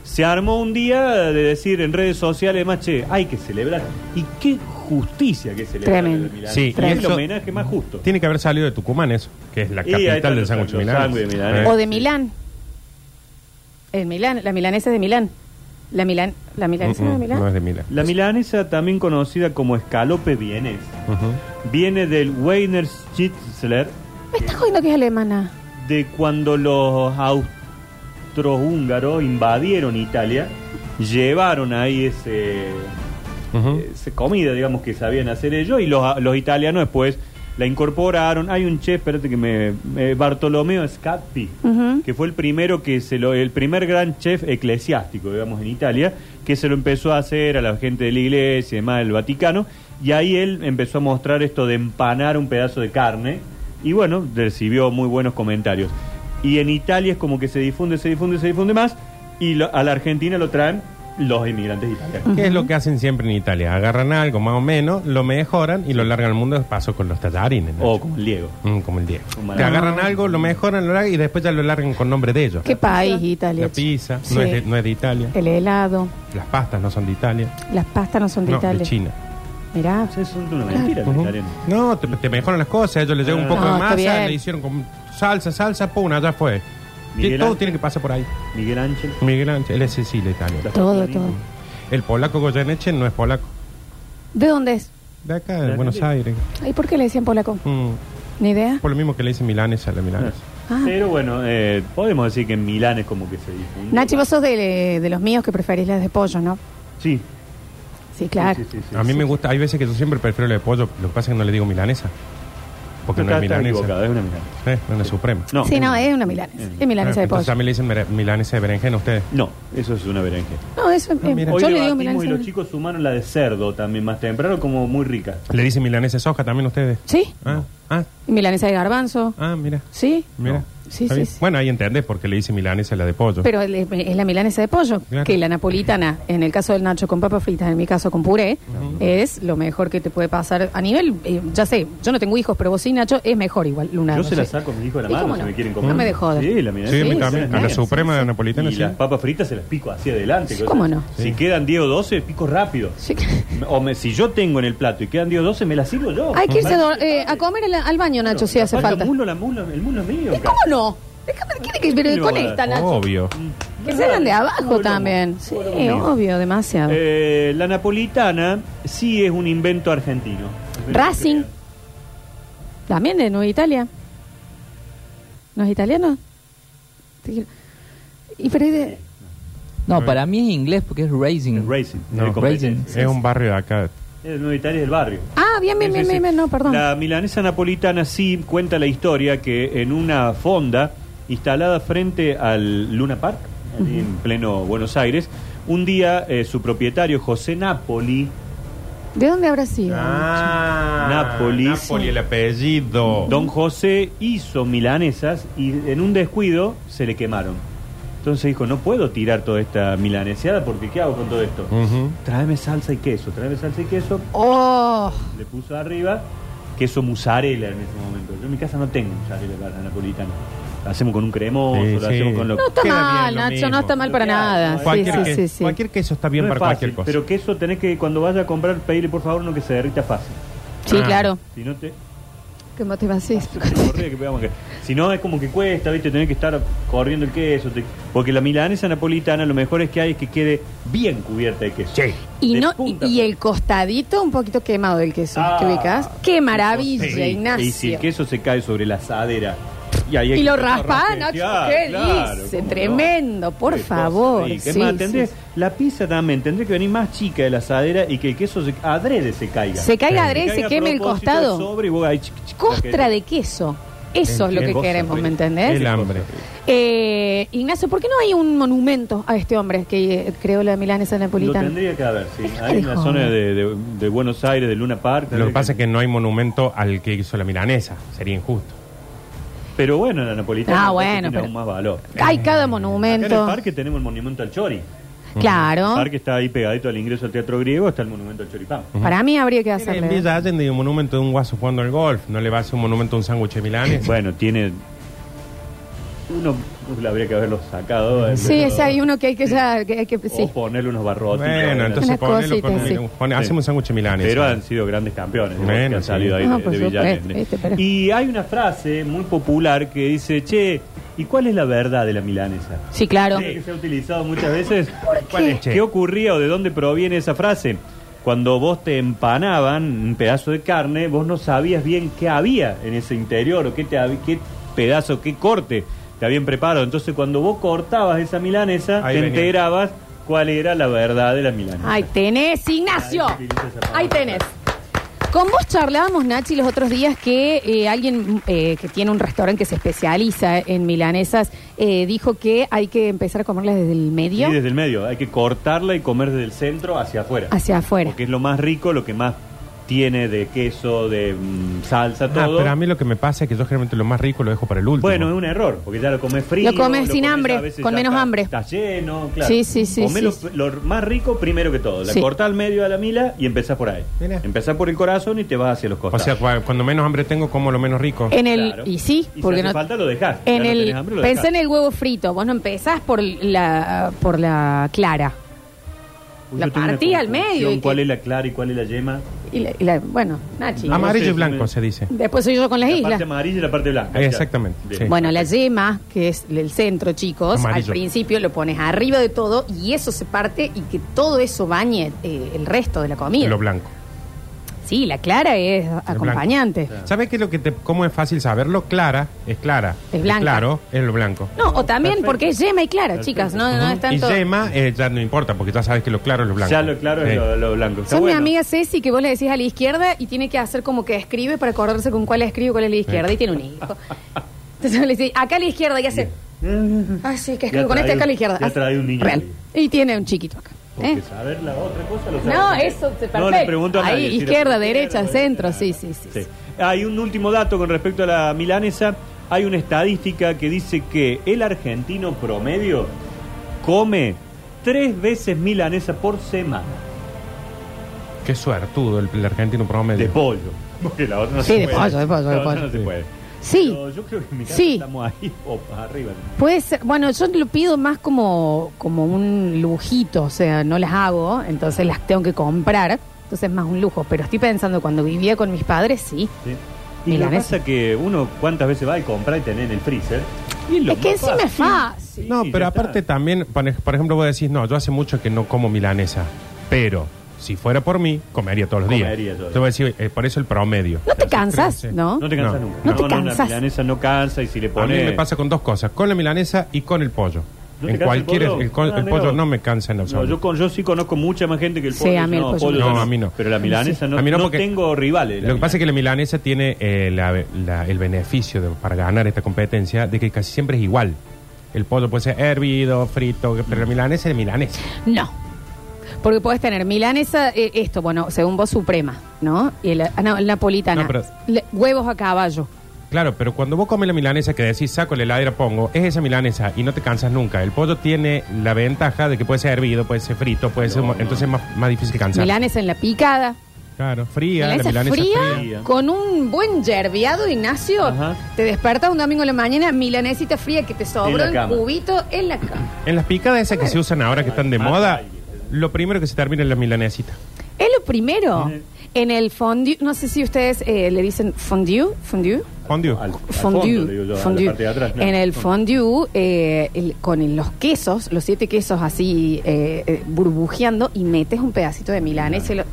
Se armó un día de decir en redes sociales, más che, hay que celebrar. Y qué justicia que celebrar la Tremendo. milanesa. Sí, y es el eso- homenaje más justo. Tiene que haber salido de Tucumán eso, que es la Y ahí están capital del los- sándwich los milanés. sándwiches milaneses. O Eh, de Milán. En Milán, la milanesa es de Milán. La Milán, la milanesa mm, de mm, Milán. Ah, No es de Milán. La milanesa, también conocida como escalope vienes, Ujú. viene del Weinerschnitzler, Me estás jodiendo que es alemana. de cuando los austrohúngaros invadieron Italia, llevaron ahí ese, eh, ese comida, digamos, que sabían hacer ellos, y los, los italianos después la incorporaron. Hay un chef, espérate que me... eh, Bartolomeo Scappi, Ujú. que fue el primero que se lo... el primer gran chef eclesiástico, digamos, en Italia, que se lo empezó a hacer a la gente de la iglesia y demás del Vaticano, y ahí él empezó a mostrar esto de empanar un pedazo de carne, y bueno, recibió muy buenos comentarios. Y en Italia es como que se difunde, se difunde, se difunde más, y lo- a la Argentina lo traen los inmigrantes italianos. ¿Qué es lo que hacen siempre en Italia? Agarran algo más o menos, lo mejoran y lo largan al mundo de paso con los tallarines. O como el Diego. como el Diego. Como Te la- agarran algo, lo mejoran lo largan y después ya lo largan con nombre de ellos. ¿Qué país, Italia? La pizza Sí. no, es de, no es de Italia. El helado, Las pastas no son de Italia. las pastas no son de No, Italia. de China. Mirá. una Claro. mentira los Ujú. italianos. No, te, te mejoran las cosas. Ellos le llevan un poco Ah. No, de está masa, bien. le hicieron con salsa, salsa, pum, allá fue. Miguel todo Ángel. tiene que pasar por ahí. Miguel Ángel. Miguel Ángel, él es Sicilia, Italia. Todo, todo. El polaco Goyeneche no es polaco. ¿De dónde es? De acá, de Buenos Aires. ¿Y por qué le decían polaco? Mm, ¿Ni idea? por lo mismo que le dicen milanesa a la milanesa. Ah. Pero bueno, eh, podemos decir que en Milán es como que se difunde. Nachi, vos sos de, de los míos que preferís las de pollo, ¿no? Sí. Sí, claro. a mí me gusta, hay veces que yo siempre prefiero la de pollo, lo que pasa es que no le digo milanesa. Porque no es Está- está milanesa. equivocado, es una Eh. milanesa. es una suprema. sí, no, es una milanesa. Es milanesa Ah, de pollo. entonces también le dicen mere- milanesa de berenjena a ustedes. No, eso es una berenjena. No, eso es. Ah, mira. Hoy yo le digo debatimos y milanesa. los chicos sumaron la de cerdo también más temprano como muy rica. Le dicen milanesa de soja también a ustedes. Sí, Ah, ah, y milanesa de garbanzo. ah, mira. Sí, Mira. Sí, Está sí, bien. sí. Bueno, ahí entendés por qué le dicen milanesa a la de pollo. pero el- es la milanesa de pollo. Claro. Que la napolitana, en el caso del nacho con papas fritas, en mi caso con puré, es lo mejor que te puede pasar a nivel. eh, ya sé, yo no tengo hijos, pero vos sí, Nacho, es mejor igual. Luna, Yo no se la sé. saco a mi hijo de la ¿Y mano cómo si no? me quieren comprar. No me jodas. Sí, la milanesa. Sí, a mí también. A la suprema de napolitana, Y sí. las papas fritas se las pico hacia adelante. Sí, cómo no. Si quedan 10 o 12, pico rápido. O me- si yo tengo en el plato y quedan 10 o 12, me las sirvo yo. Hay que irse a, dor- eh, a comer al, al baño, Nacho, si hace Aparte, falta. El mulo, la mulo, el mulo es mío. ¿Y ¿Cómo no? Déjame, ¿quiere que pero No, con esta, Nacho? Obvio. Que salgan de abajo también. Sí, obvio, demasiado. Eh, la napolitana sí es un invento argentino. Racing. También de Nueva Italia. ¿No es italiano? Te quiero- Y pero es de- No, para mí es inglés porque es Racing. Racing. No. Racing. Es un barrio de acá. Es Nueva Italia es el barrio. Ah, bien, bien, Sí, sí, bien, bien, sí. bien, no, perdón. La milanesa napolitana sí cuenta la historia que en una fonda instalada frente al Luna Park, allí en pleno Buenos Aires, un día eh, su propietario José Napoli, ¿De dónde habrá sido? Ah. Nápoles. Nápoles, el apellido. don José hizo milanesas y en un descuido se le quemaron. Entonces dijo, no puedo tirar toda esta milaneseada porque ¿qué hago con todo esto? Ujú. Tráeme salsa y queso, tráeme salsa y queso, Oh, le puso arriba queso mozzarella en ese momento. Yo en mi casa no tengo mozzarella para la napolitana. La hacemos con un cremoso, Sí, lo hacemos sí. con lo no está Queda mal, bien lo Nacho, no mismo. está mal para nada. Ah, Sí, Cualquier, sí, que- sí, sí. cualquier queso está bien No es para cualquier fácil, cosa. Pero queso tenés que, cuando vayas a comprar, pedirle por favor uno que se derrita fácil. Sí, Ah. claro. Si no te... ¿Qué más te vas a decir? corre, que pegamos acá. Si no, es como que cuesta, ¿viste? Tener que estar corriendo el queso. te- Porque la milanesa napolitana, lo mejor es que hay es que quede bien cubierta de queso. Y, De no, y, punta. y el costadito un poquito quemado del queso, ¿te ubicas? ¡Qué maravilla, Ah. Sí, Ignacio! Y si el queso se cae sobre la asadera. Y, ahí hay Y que lo cortar raspa, rápido. Nacho, Claro, ¿qué claro, dice? ¿cómo no? Tremendo, por Qué cosa favor. rica. Es Sí, más, sí, tendría- sí. la pizza también tendría que venir más chica de la asadera y que el queso se, adrede se caiga. Se caiga adrede, Que se a queme el propósito costado. el sobre y vos ahí, chic, chic, Costra que- de queso. Eso es lo que Cosa queremos, rica. ¿me entendés? El hambre. Eh, Ignacio, ¿por qué no hay un monumento a este hombre que eh, creó la milanesa Lo napolitana? tendría que haber, sí. Deja Ahí de en la joder. zona de, de- de Buenos Aires, de Luna Park. Lo que pasa es que no hay monumento al que hizo la milanesa. Sería injusto. Pero bueno, la napolitana Ah, entonces bueno, tiene pero- aún más valor. Hay cada Acá en el monumento. parque tenemos el monumento al Chori. El Claro. parque está ahí pegadito al ingreso al Teatro Griego, está el monumento al Choripán. Para mí habría que Tiene en hacerle. Villa Allende hay un monumento de un guaso jugando al golf. No le va a hacer un monumento a un sándwich de milanesa. Bueno, tiene... Uno pues, habría que haberlo sacado. eh, Sí, pero- ese hay uno que hay que ya. Que hay que, sí. O ponerle unos barrotes. Bueno, entonces Unas ponelo con, cositas, un- pone- hacemos un sándwich de Ah, milanesa. Pero han sido grandes campeones digamos, Bueno, que han sí. salido ahí Ah, de, por de Villa supuesto, Allende. viste, pero- Y hay una frase muy popular que dice, che, ¿y cuál es la verdad de la milanesa? Sí, claro. Sí, que se ha utilizado muchas veces. ¿Cuál es, che? ¿Qué ocurría o de dónde proviene esa frase? Cuando vos te empanaban un pedazo de carne, vos no sabías bien qué había en ese interior o qué, te, hab- qué pedazo, qué corte te habían preparado. Entonces, cuando vos cortabas esa milanesa, Ahí te venía. enterabas cuál era la verdad de la milanesa. Ahí tenés, Ignacio. Ahí utiliza esa palabra. Ahí tenés. Con vos charlábamos, Nachi, los otros días que eh, alguien eh, que tiene un restaurante que se especializa en milanesas eh, dijo que hay que empezar a comerlas desde el Y medio desde el medio, hay que cortarla y comer desde el centro hacia afuera. hacia afuera. Porque es lo más rico, lo que más tiene de queso, de mm, salsa, Ah, todo. pero a mí lo que me pasa es que yo generalmente lo más rico lo dejo para el último. Bueno, es un error, porque ya lo comes frío. Lo comes sin hambre, a veces con ya menos está- hambre. Está lleno, claro. Sí, sí, sí, Comé lo- sí. Lo, más rico primero que todo. La Sí. cortás al medio a la mila y empezás por ahí. Empezás por el corazón y te vas hacia los O costados. sea, cua- cuando menos hambre tengo, como lo menos rico. En el, Y sí, Y si porque hace no. falta lo dejás. En Ya no el, tenés hambre, lo pensé dejás. en el huevo frito. Vos no empezás por la, por la clara. Uy, la yo tengo una partí al confusión, medio y ¿Cuál es la clara y cuál es la yema? Y la- y la- bueno, Nachi. Amarillo No sé, y blanco me- se dice. Después soy yo con las La islas. parte amarilla y la parte blanca. Ah, exactamente, Bien. sí. Bueno, la yema, que es el centro, chicos, Amarillo. al principio lo pones arriba de todo y eso se parte y que todo eso bañe eh, el resto de la comida. Lo blanco. Sí, la clara es acompañante. ¿Sabes qué es lo que te, cómo es fácil saberlo? Clara es clara. Es blanca. Claro, es lo blanco. No, o también porque es yema y clara, Perfecto. chicas, no, no es tanto. Y yema eh, ya no importa, porque ya sabes que lo claro es lo blanco. Eh, Ya lo claro es Sí. lo, lo blanco. Está Sos bueno. mi amiga Ceci que vos le decís a la izquierda y tiene que hacer como que escribe para acordarse con cuál escribe y cuál es la izquierda Sí. y tiene un hijo. Entonces le decís, acá a la izquierda, ¿qué hace? Ah, sí, que escribe Ya con este trae acá a la un- izquierda. Ya trae un niño. Real. Y tiene un chiquito acá. Porque ¿eh? saber la otra cosa lo No, sabe. eso, perfecto. No le pregunto a nadie. Ahí, si la- izquierda, derecha, centro, sí, sí, sí. Sí. Hay un último dato con respecto a la milanesa. Hay una estadística que dice que el argentino promedio come tres veces milanesa por semana Qué suertudo el, el argentino promedio. de pollo. Porque la otra no Sí, se de puede. pollo, de pollo, de La otra pollo. No se puede. Sí. Pero yo creo que en mi casa Sí. estamos ahí o arriba. Puede ser, bueno, yo lo pido más como, como un lujito, o sea, no las hago, entonces las tengo que comprar, entonces es más un lujo. Pero estoy pensando, cuando vivía con mis padres, sí. Sí. Y lo que Milanesa. pasa que uno cuántas veces va y compra y tenés en el freezer. Y lo Es que más encima es fácil. No, Sí, pero ya está. aparte también, por ej- por ejemplo, vos decís, no, yo hace mucho que no como milanesa, pero si fuera por mí, comería todos los Comería días. todos los Te voy a decir, eh, por eso el promedio. No te cansas, ¿no? No te cansas No. nunca. No te La cansas. milanesa no cansa y si le A mí pones. me pasa con dos cosas, con la milanesa y con el pollo. ¿No te en cansa el cualquier, el, pollo? co- Ah, el mira pollo vos. no me cansa en No, absoluto. yo, con, yo sí conozco mucha más gente que el Sí, pollo. a mí el no, pollo pollo no. ya No, a mí no. Pero la milanesa Sí. no, A mí no, no porque- tengo rivales. Lo que pasa es que la milanesa tiene eh, la- la- el beneficio de- para ganar esta competencia de que casi siempre es igual. El pollo puede ser hervido, frito, pero la milanesa es milanesa. No. Porque podés tener milanesa, eh, esto, bueno, según vos, suprema, ¿no? Y el, ah, no, el napolitana. No, pero- Le- huevos a caballo. Claro, pero cuando vos comes la milanesa que decís saco la heladera, pongo, es esa milanesa y no te cansas nunca. El pollo tiene la ventaja de que puede ser hervido, puede ser frito, puede ser. mo- Entonces es más, más difícil cansar. Milanesa en la picada. Claro, fría, milanesa, la milanesa fría, fría. con un buen yerbiado, Ignacio. Ajá. Te despertas un domingo en la mañana, milanesita fría que te sobró En la el cama. cubito en la cama. En las picadas esas que se usan ahora que están de moda, lo primero que se termina es la milanesita. Es lo primero. En el fondue, no sé si ustedes eh, le dicen fondue, fondue. Fondue. Fondue, le digo yo, a la fondue. parte de atrás, ¿no? En el fondue, eh, el- con el- los quesos, los siete quesos así eh, eh, burbujeando y metes un pedacito de milanesa y lo...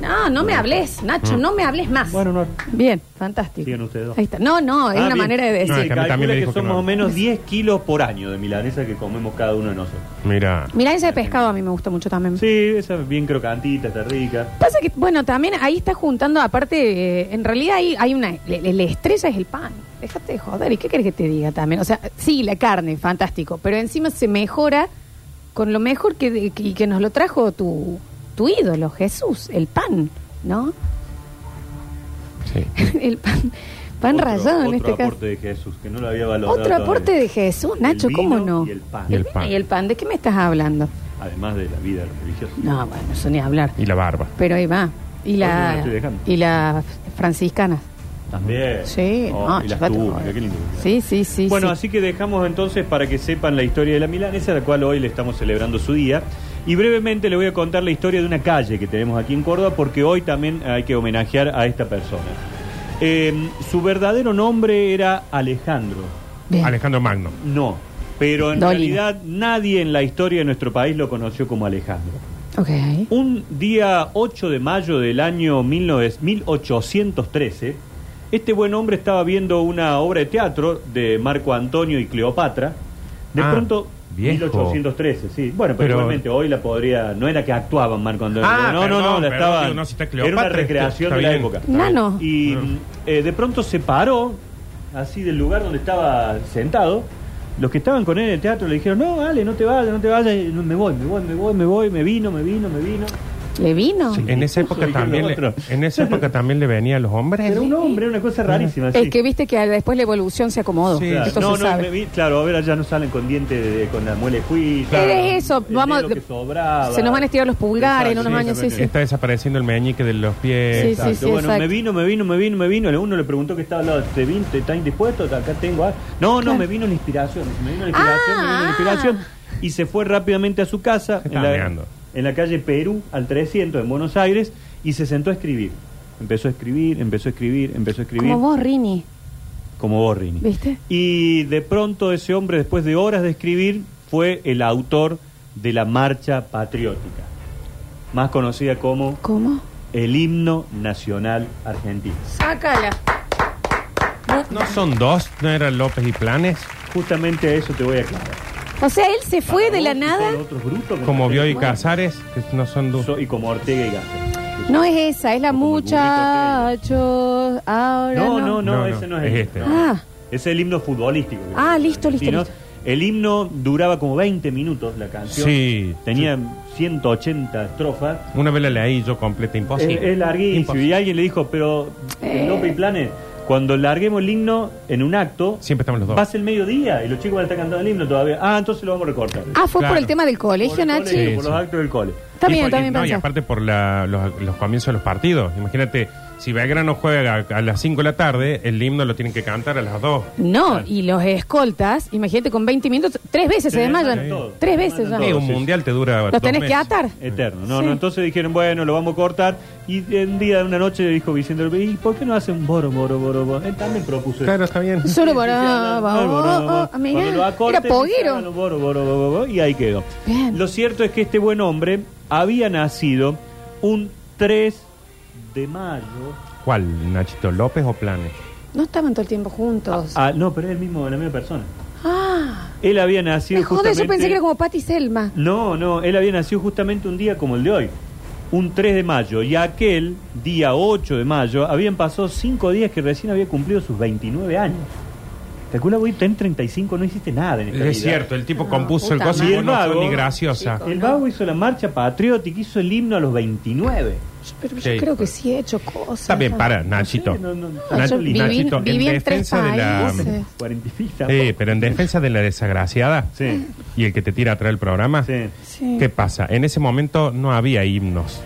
No, no me hables, Nacho, Mm. no me hables más. Bueno, no. Bien, fantástico. Siguen ustedes dos. Ahí está. No, no, es Ah, una bien. manera de Se decir. que a mí calcula también me que dijo que son más no. o menos 10 kilos por año de milanesa que comemos cada uno de nosotros. Mira. milanesa de pescado a mí me gusta mucho también. Sí, esa es bien crocantita, está rica. Pasa que, bueno, también ahí está juntando, aparte, eh, en realidad ahí hay una. le- le- La estrella es el pan. Déjate de joder. ¿Y qué querés que te diga también? O sea, sí, la carne, fantástico. Pero encima se mejora con lo mejor que, de- que, que nos lo trajo tu, tu ídolo, Jesús, el pan, ¿no? Sí. el pan, pan Otro- rallado en otro este caso. aporte de Jesús, que no lo había valorado. Otro aporte de Jesús, Nacho, El ¿cómo vino no? y el pan. El vino y el pan. ¿De qué me estás hablando? Además de la vida religiosa. No, bueno, eso ni hablar. Y la barba. Pero ahí va. Y Oye, no la, la estoy dejando. y la franciscana. También. Sí, Oh, no, y las chupate. tubas, mira qué lindo. Sí, sí, sí. Bueno, sí. así que dejamos entonces para que sepan la historia de la milanesa, la cual hoy le estamos celebrando su día. Y brevemente le voy a contar la historia de una calle que tenemos aquí en Córdoba, porque hoy también hay que homenajear a esta persona. Eh, su verdadero nombre era Alejandro. Alejandro Magno. No, pero en Dolina. realidad nadie en la historia de nuestro país lo conoció como Alejandro. Ok. Un día 8 de mayo del año 19 1813, este buen hombre estaba viendo una obra de teatro de Marco Antonio y Cleopatra. De Ah, pronto, viejo. 1813, sí. Bueno, pero, Pero- igualmente hoy la podría. No era que actuaban Marco Antonio. Ah, no, no, perdón, no, la perdón, estaban. digo, no, si está era una Cleopatra, recreación está de la bien, época. está bien. Nano. Y eh, de pronto se paró, así del lugar donde estaba sentado. Los que estaban con él en el teatro le dijeron, no, Ale, no te vayas, no te vayas. Y, "No, Me voy, me voy, me voy, me voy, me vino, me vino, me vino. ¿Le vino? En esa época Soy yo también, el le, en esa época también le venía a los hombres. Era un hombre, era una cosa rarísima. Es sí. que viste que después la evolución se acomodó. Sí, Esto no, se no, sabe. me vi- claro, a ver, allá no salen con diente de- con la muela de juicio. Era eso, el vamos, dedo que sobraba. se nos van a estirar los pulgares en unos años, sí, sí. Está desapareciendo el meñique de los pies. Sí, sí, Exacto. sí, bueno, exacto. me vino, me vino, me vino, me vino. Uno le preguntó que estaba al lado, ¿te vino? ¿Te estás indispuesto? Acá tengo. algo. No, no, me vino la inspiración. Me vino la inspiración, me Ah. vino la inspiración. Y se fue rápidamente a su casa, en está la, meando. en la calle Perú, al 300, en Buenos Aires, y se sentó a escribir. Empezó a escribir, empezó a escribir, empezó a escribir. Como vos, Rini, Como vos, Rini. ¿viste? Y de pronto ese hombre, después de horas de escribir, fue el autor de la marcha patriótica, más conocida como ¿Cómo? el himno nacional argentino. Sácala. No son dos, no eran López y Planes. Justamente a eso te voy a aclarar. O sea, él se fue de la nada. Otros brutos Como Bioy y Casares, que no son dos. y como Ortega y Gasset. No es esa, es la muchachos. Ahora No, no. no, no, No, no, ese no es, es el- este. no. Ah. Es el himno futbolístico. que Ah, se llama, listo, listo, ¿no? listo. El himno duraba como 20 minutos la canción. Sí. Tenía 180 estrofas. Una vez la leí yo completa, imposible. Es, es larguísimo. Y alguien le dijo, pero Eh. eh. López y Planes, cuando larguemos el himno en un acto, Siempre estamos los dos. pasa el mediodía y los chicos van a estar cantando el himno todavía. Ah, entonces lo vamos a recortar. Ah, fue por Claro. el tema del colegio, Por el Nachi. colegio, Sí, por sí. los actos del cole. Está Y bien, por- está y- bien no, y pensado. aparte por la- los, los comienzos de los partidos. Imagínate, si Belgrano juega a, a las 5 de la tarde, el himno lo tienen que cantar a las 2. No, y los escoltas, imagínate con 20 minutos, tres veces se Se desmayan desmayan. todos. Tres veces ya. Todo, un sí, mundial te dura. Los dos tenés que meses. atar. Eterno, no, Sí. no. Entonces dijeron, bueno, lo vamos a cortar. Y en día de una noche le dijo Vicente López, ¿y por qué no hacen boro, boro, boro, boro? Él también propuso Claro, está bien. Solo Ah, boro, boro, boro. para. Cuando lo Mira, era acorten, poguero. empezaban, boro, boro, boro, boro, Y ahí quedó. Bien. Lo cierto es que este buen hombre había nacido un 3 de mayo. ¿Cuál, Nachito? ¿López o Planes? No estaban todo el tiempo juntos. Ah, no, pero es el mismo, la misma persona. Ah, Él había nacido me jode, yo justamente- pensé que era como Patty Selma. No, no, él había nacido justamente un día como el de hoy, un 3 de mayo, y aquel día 8 de mayo habían pasado 5 días que recién había cumplido sus 29 años. Calcula, voy, tenés 35, no hiciste nada en esta Es vida. cierto, el tipo No, compuso el Ah, puta coso madre. y vos no Y el fue ni vago, graciosa. chico. El vago hizo la marcha patriótica, hizo el himno a los 29. Pero yo Sí. creo que sí he hecho cosas. Está bien, para, Nachito. Eh, Sí, no, no, no. Ah, Nach- yo viví- Nachito, viví en en tres defensa de la. países. 40 y pico. Sí, pero en defensa de la desagraciada Sí, y el que te tira atrás del programa, sí. Sí. ¿qué pasa? En ese momento no había himnos.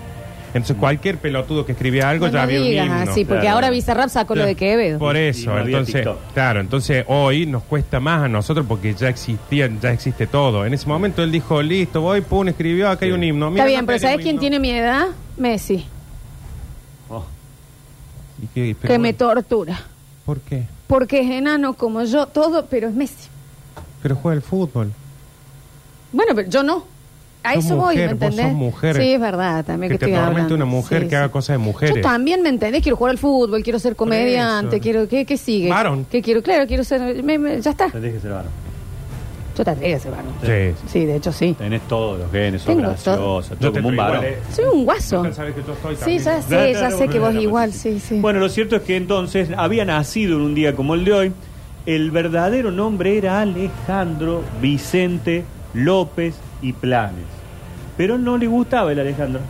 Entonces cualquier pelotudo que escribía algo No ya me había un digas himno. así, porque Claro. ahora Bizarrap sacó lo de Quevedo. Por Y no eso, había entonces, TikTok. claro, entonces hoy nos cuesta más a nosotros porque ya existían, ya existe todo. En ese momento él dijo, listo, voy, pum, escribió, acá hay un himno. Mira, Está bien, no pero tenemos ¿sabes quién himno. tiene mi edad? Messi, Oh, ¿Y qué? Pero que me bueno, tortura. ¿Por qué? Porque es enano como yo, todo, pero es Messi. Pero juega el fútbol. Bueno, pero yo no. A Sos eso voy, ¿me mujer, vos entendés? sos mujer. Sí, es verdad, también que, que te estoy atormente hablando. una mujer Sí, que haga sí. cosas de mujeres. Yo también, ¿me entendés? Quiero jugar al fútbol, quiero ser comediante, eso. quiero... ¿Qué, qué sigue? Varón. ¿Qué quiero? Claro, quiero ser... me- me- ya está. tenés que ser varón. Yo tendría que ser varón. Sí, sí. Sí, de hecho, sí. Tenés todos los genes, sos Tengo graciosa, todo. todo Yo te como un igual, varón. eh. Soy un guaso. Sabés que yo soy Sí, también. ya Claro, sé, ya claro, sé que bueno, vos la igual, posición. sí, sí. Bueno, lo cierto es que entonces había nacido en un día como el de hoy. El verdadero nombre era Alejandro Vicente López y Planes. Pero no le gustaba el Alejandro.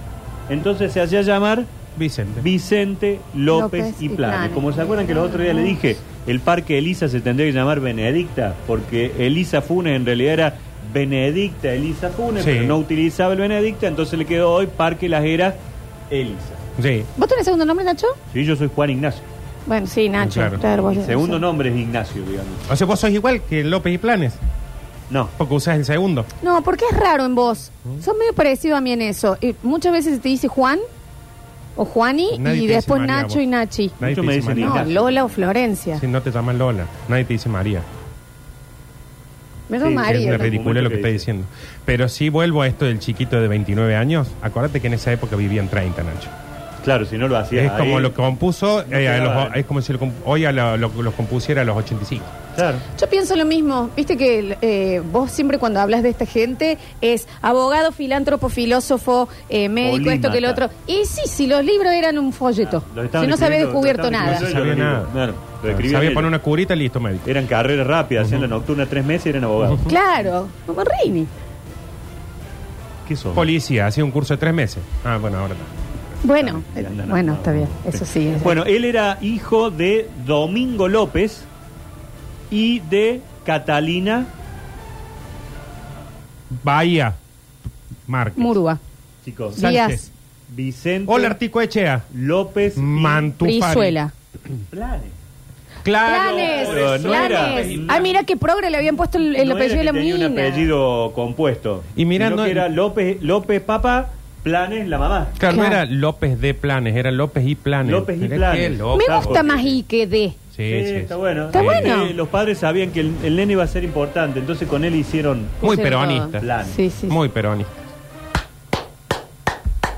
Entonces se hacía llamar Vicente. Vicente López, López y, y Planes. Planes. Como se acuerdan que los otros días le dije, el parque Elisa se tendría que llamar Benedicta, porque Elisa Funes en realidad era Benedicta Elisa Funes, Sí. pero no utilizaba el Benedicta, entonces le quedó hoy Parque Las Heras Elisa. Sí. ¿Vos tenés segundo nombre, Nacho? Sí, yo soy Juan Ignacio. Bueno, sí, Nacho. Claro. Claro, vos- Mi segundo sí. nombre es Ignacio, digamos. O sea, vos sos igual que López y Planes, No. porque usás el segundo. No, porque es raro en vos. Sos medio parecido a mí en eso. Y muchas veces te dice Juan o Juani Nadie y te dice después María, Nacho vos. y Nachi. Nadie Mucho te me dice dicen María. No, Ignacio. Lola o Florencia. Si no te llamas Lola, nadie te dice María. Me llamo Sí, Es María. una Algún ridícula lo momento que que estoy dice. diciendo. Pero sí vuelvo a esto del chiquito de 29 años. Acuérdate que en esa época vivían 30, Nacho. Claro, si no lo hacía. es como ahí- lo compuso, No eh, a los- quedaba. es como si lo comp- hoy a la- lo, los compusiera a los 85. Claro. Yo pienso lo mismo. Viste que eh, vos siempre cuando hablas de esta gente es abogado, filántropo, filósofo, eh, médico, Polímata. esto que lo otro. Y sí, si los libros eran un folleto. Ah, Los estaban si no se había descubierto escribiendo- los estaban nada. escribiendo No sabía ellos, nada. Claro. Lo escribían Sabía ellos. poner una curita, listo, médico. Eran carreras rápidas, hacían la nocturna tres meses y eran abogados. Claro, como Rini. ¿Qué sos? Policía, hacía un curso de tres meses. Ah, bueno, ahora no. Bueno, eh, bueno, está bien. Eso sí. es- Bueno, él era hijo de Domingo López y de Catalina Bahía. Márquez. Murúa. Chicos, Díaz. Sánchez. Vicente. Hola, Artico Echea. López. Mantufari. Brizuela. Planes. Claro. Planes, pero Ah, no era- planes. Ah, mira qué progre le habían puesto el, el No era apellido de que la tenía mina. un apellido compuesto. Y mira, sino no- que era López, López Papa, Planes, la mamá. Claro, no era López de Planes, era López y Planes. López y Mirá qué Planes. loco. Me gusta más I que D. Sí, Sí, sí, sí. está bueno. Está Eh, bueno. Los padres sabían que el, el nene iba a ser importante, entonces con él hicieron Muy Pusieron peronista. todo. Planes. Sí, sí. Muy peronista.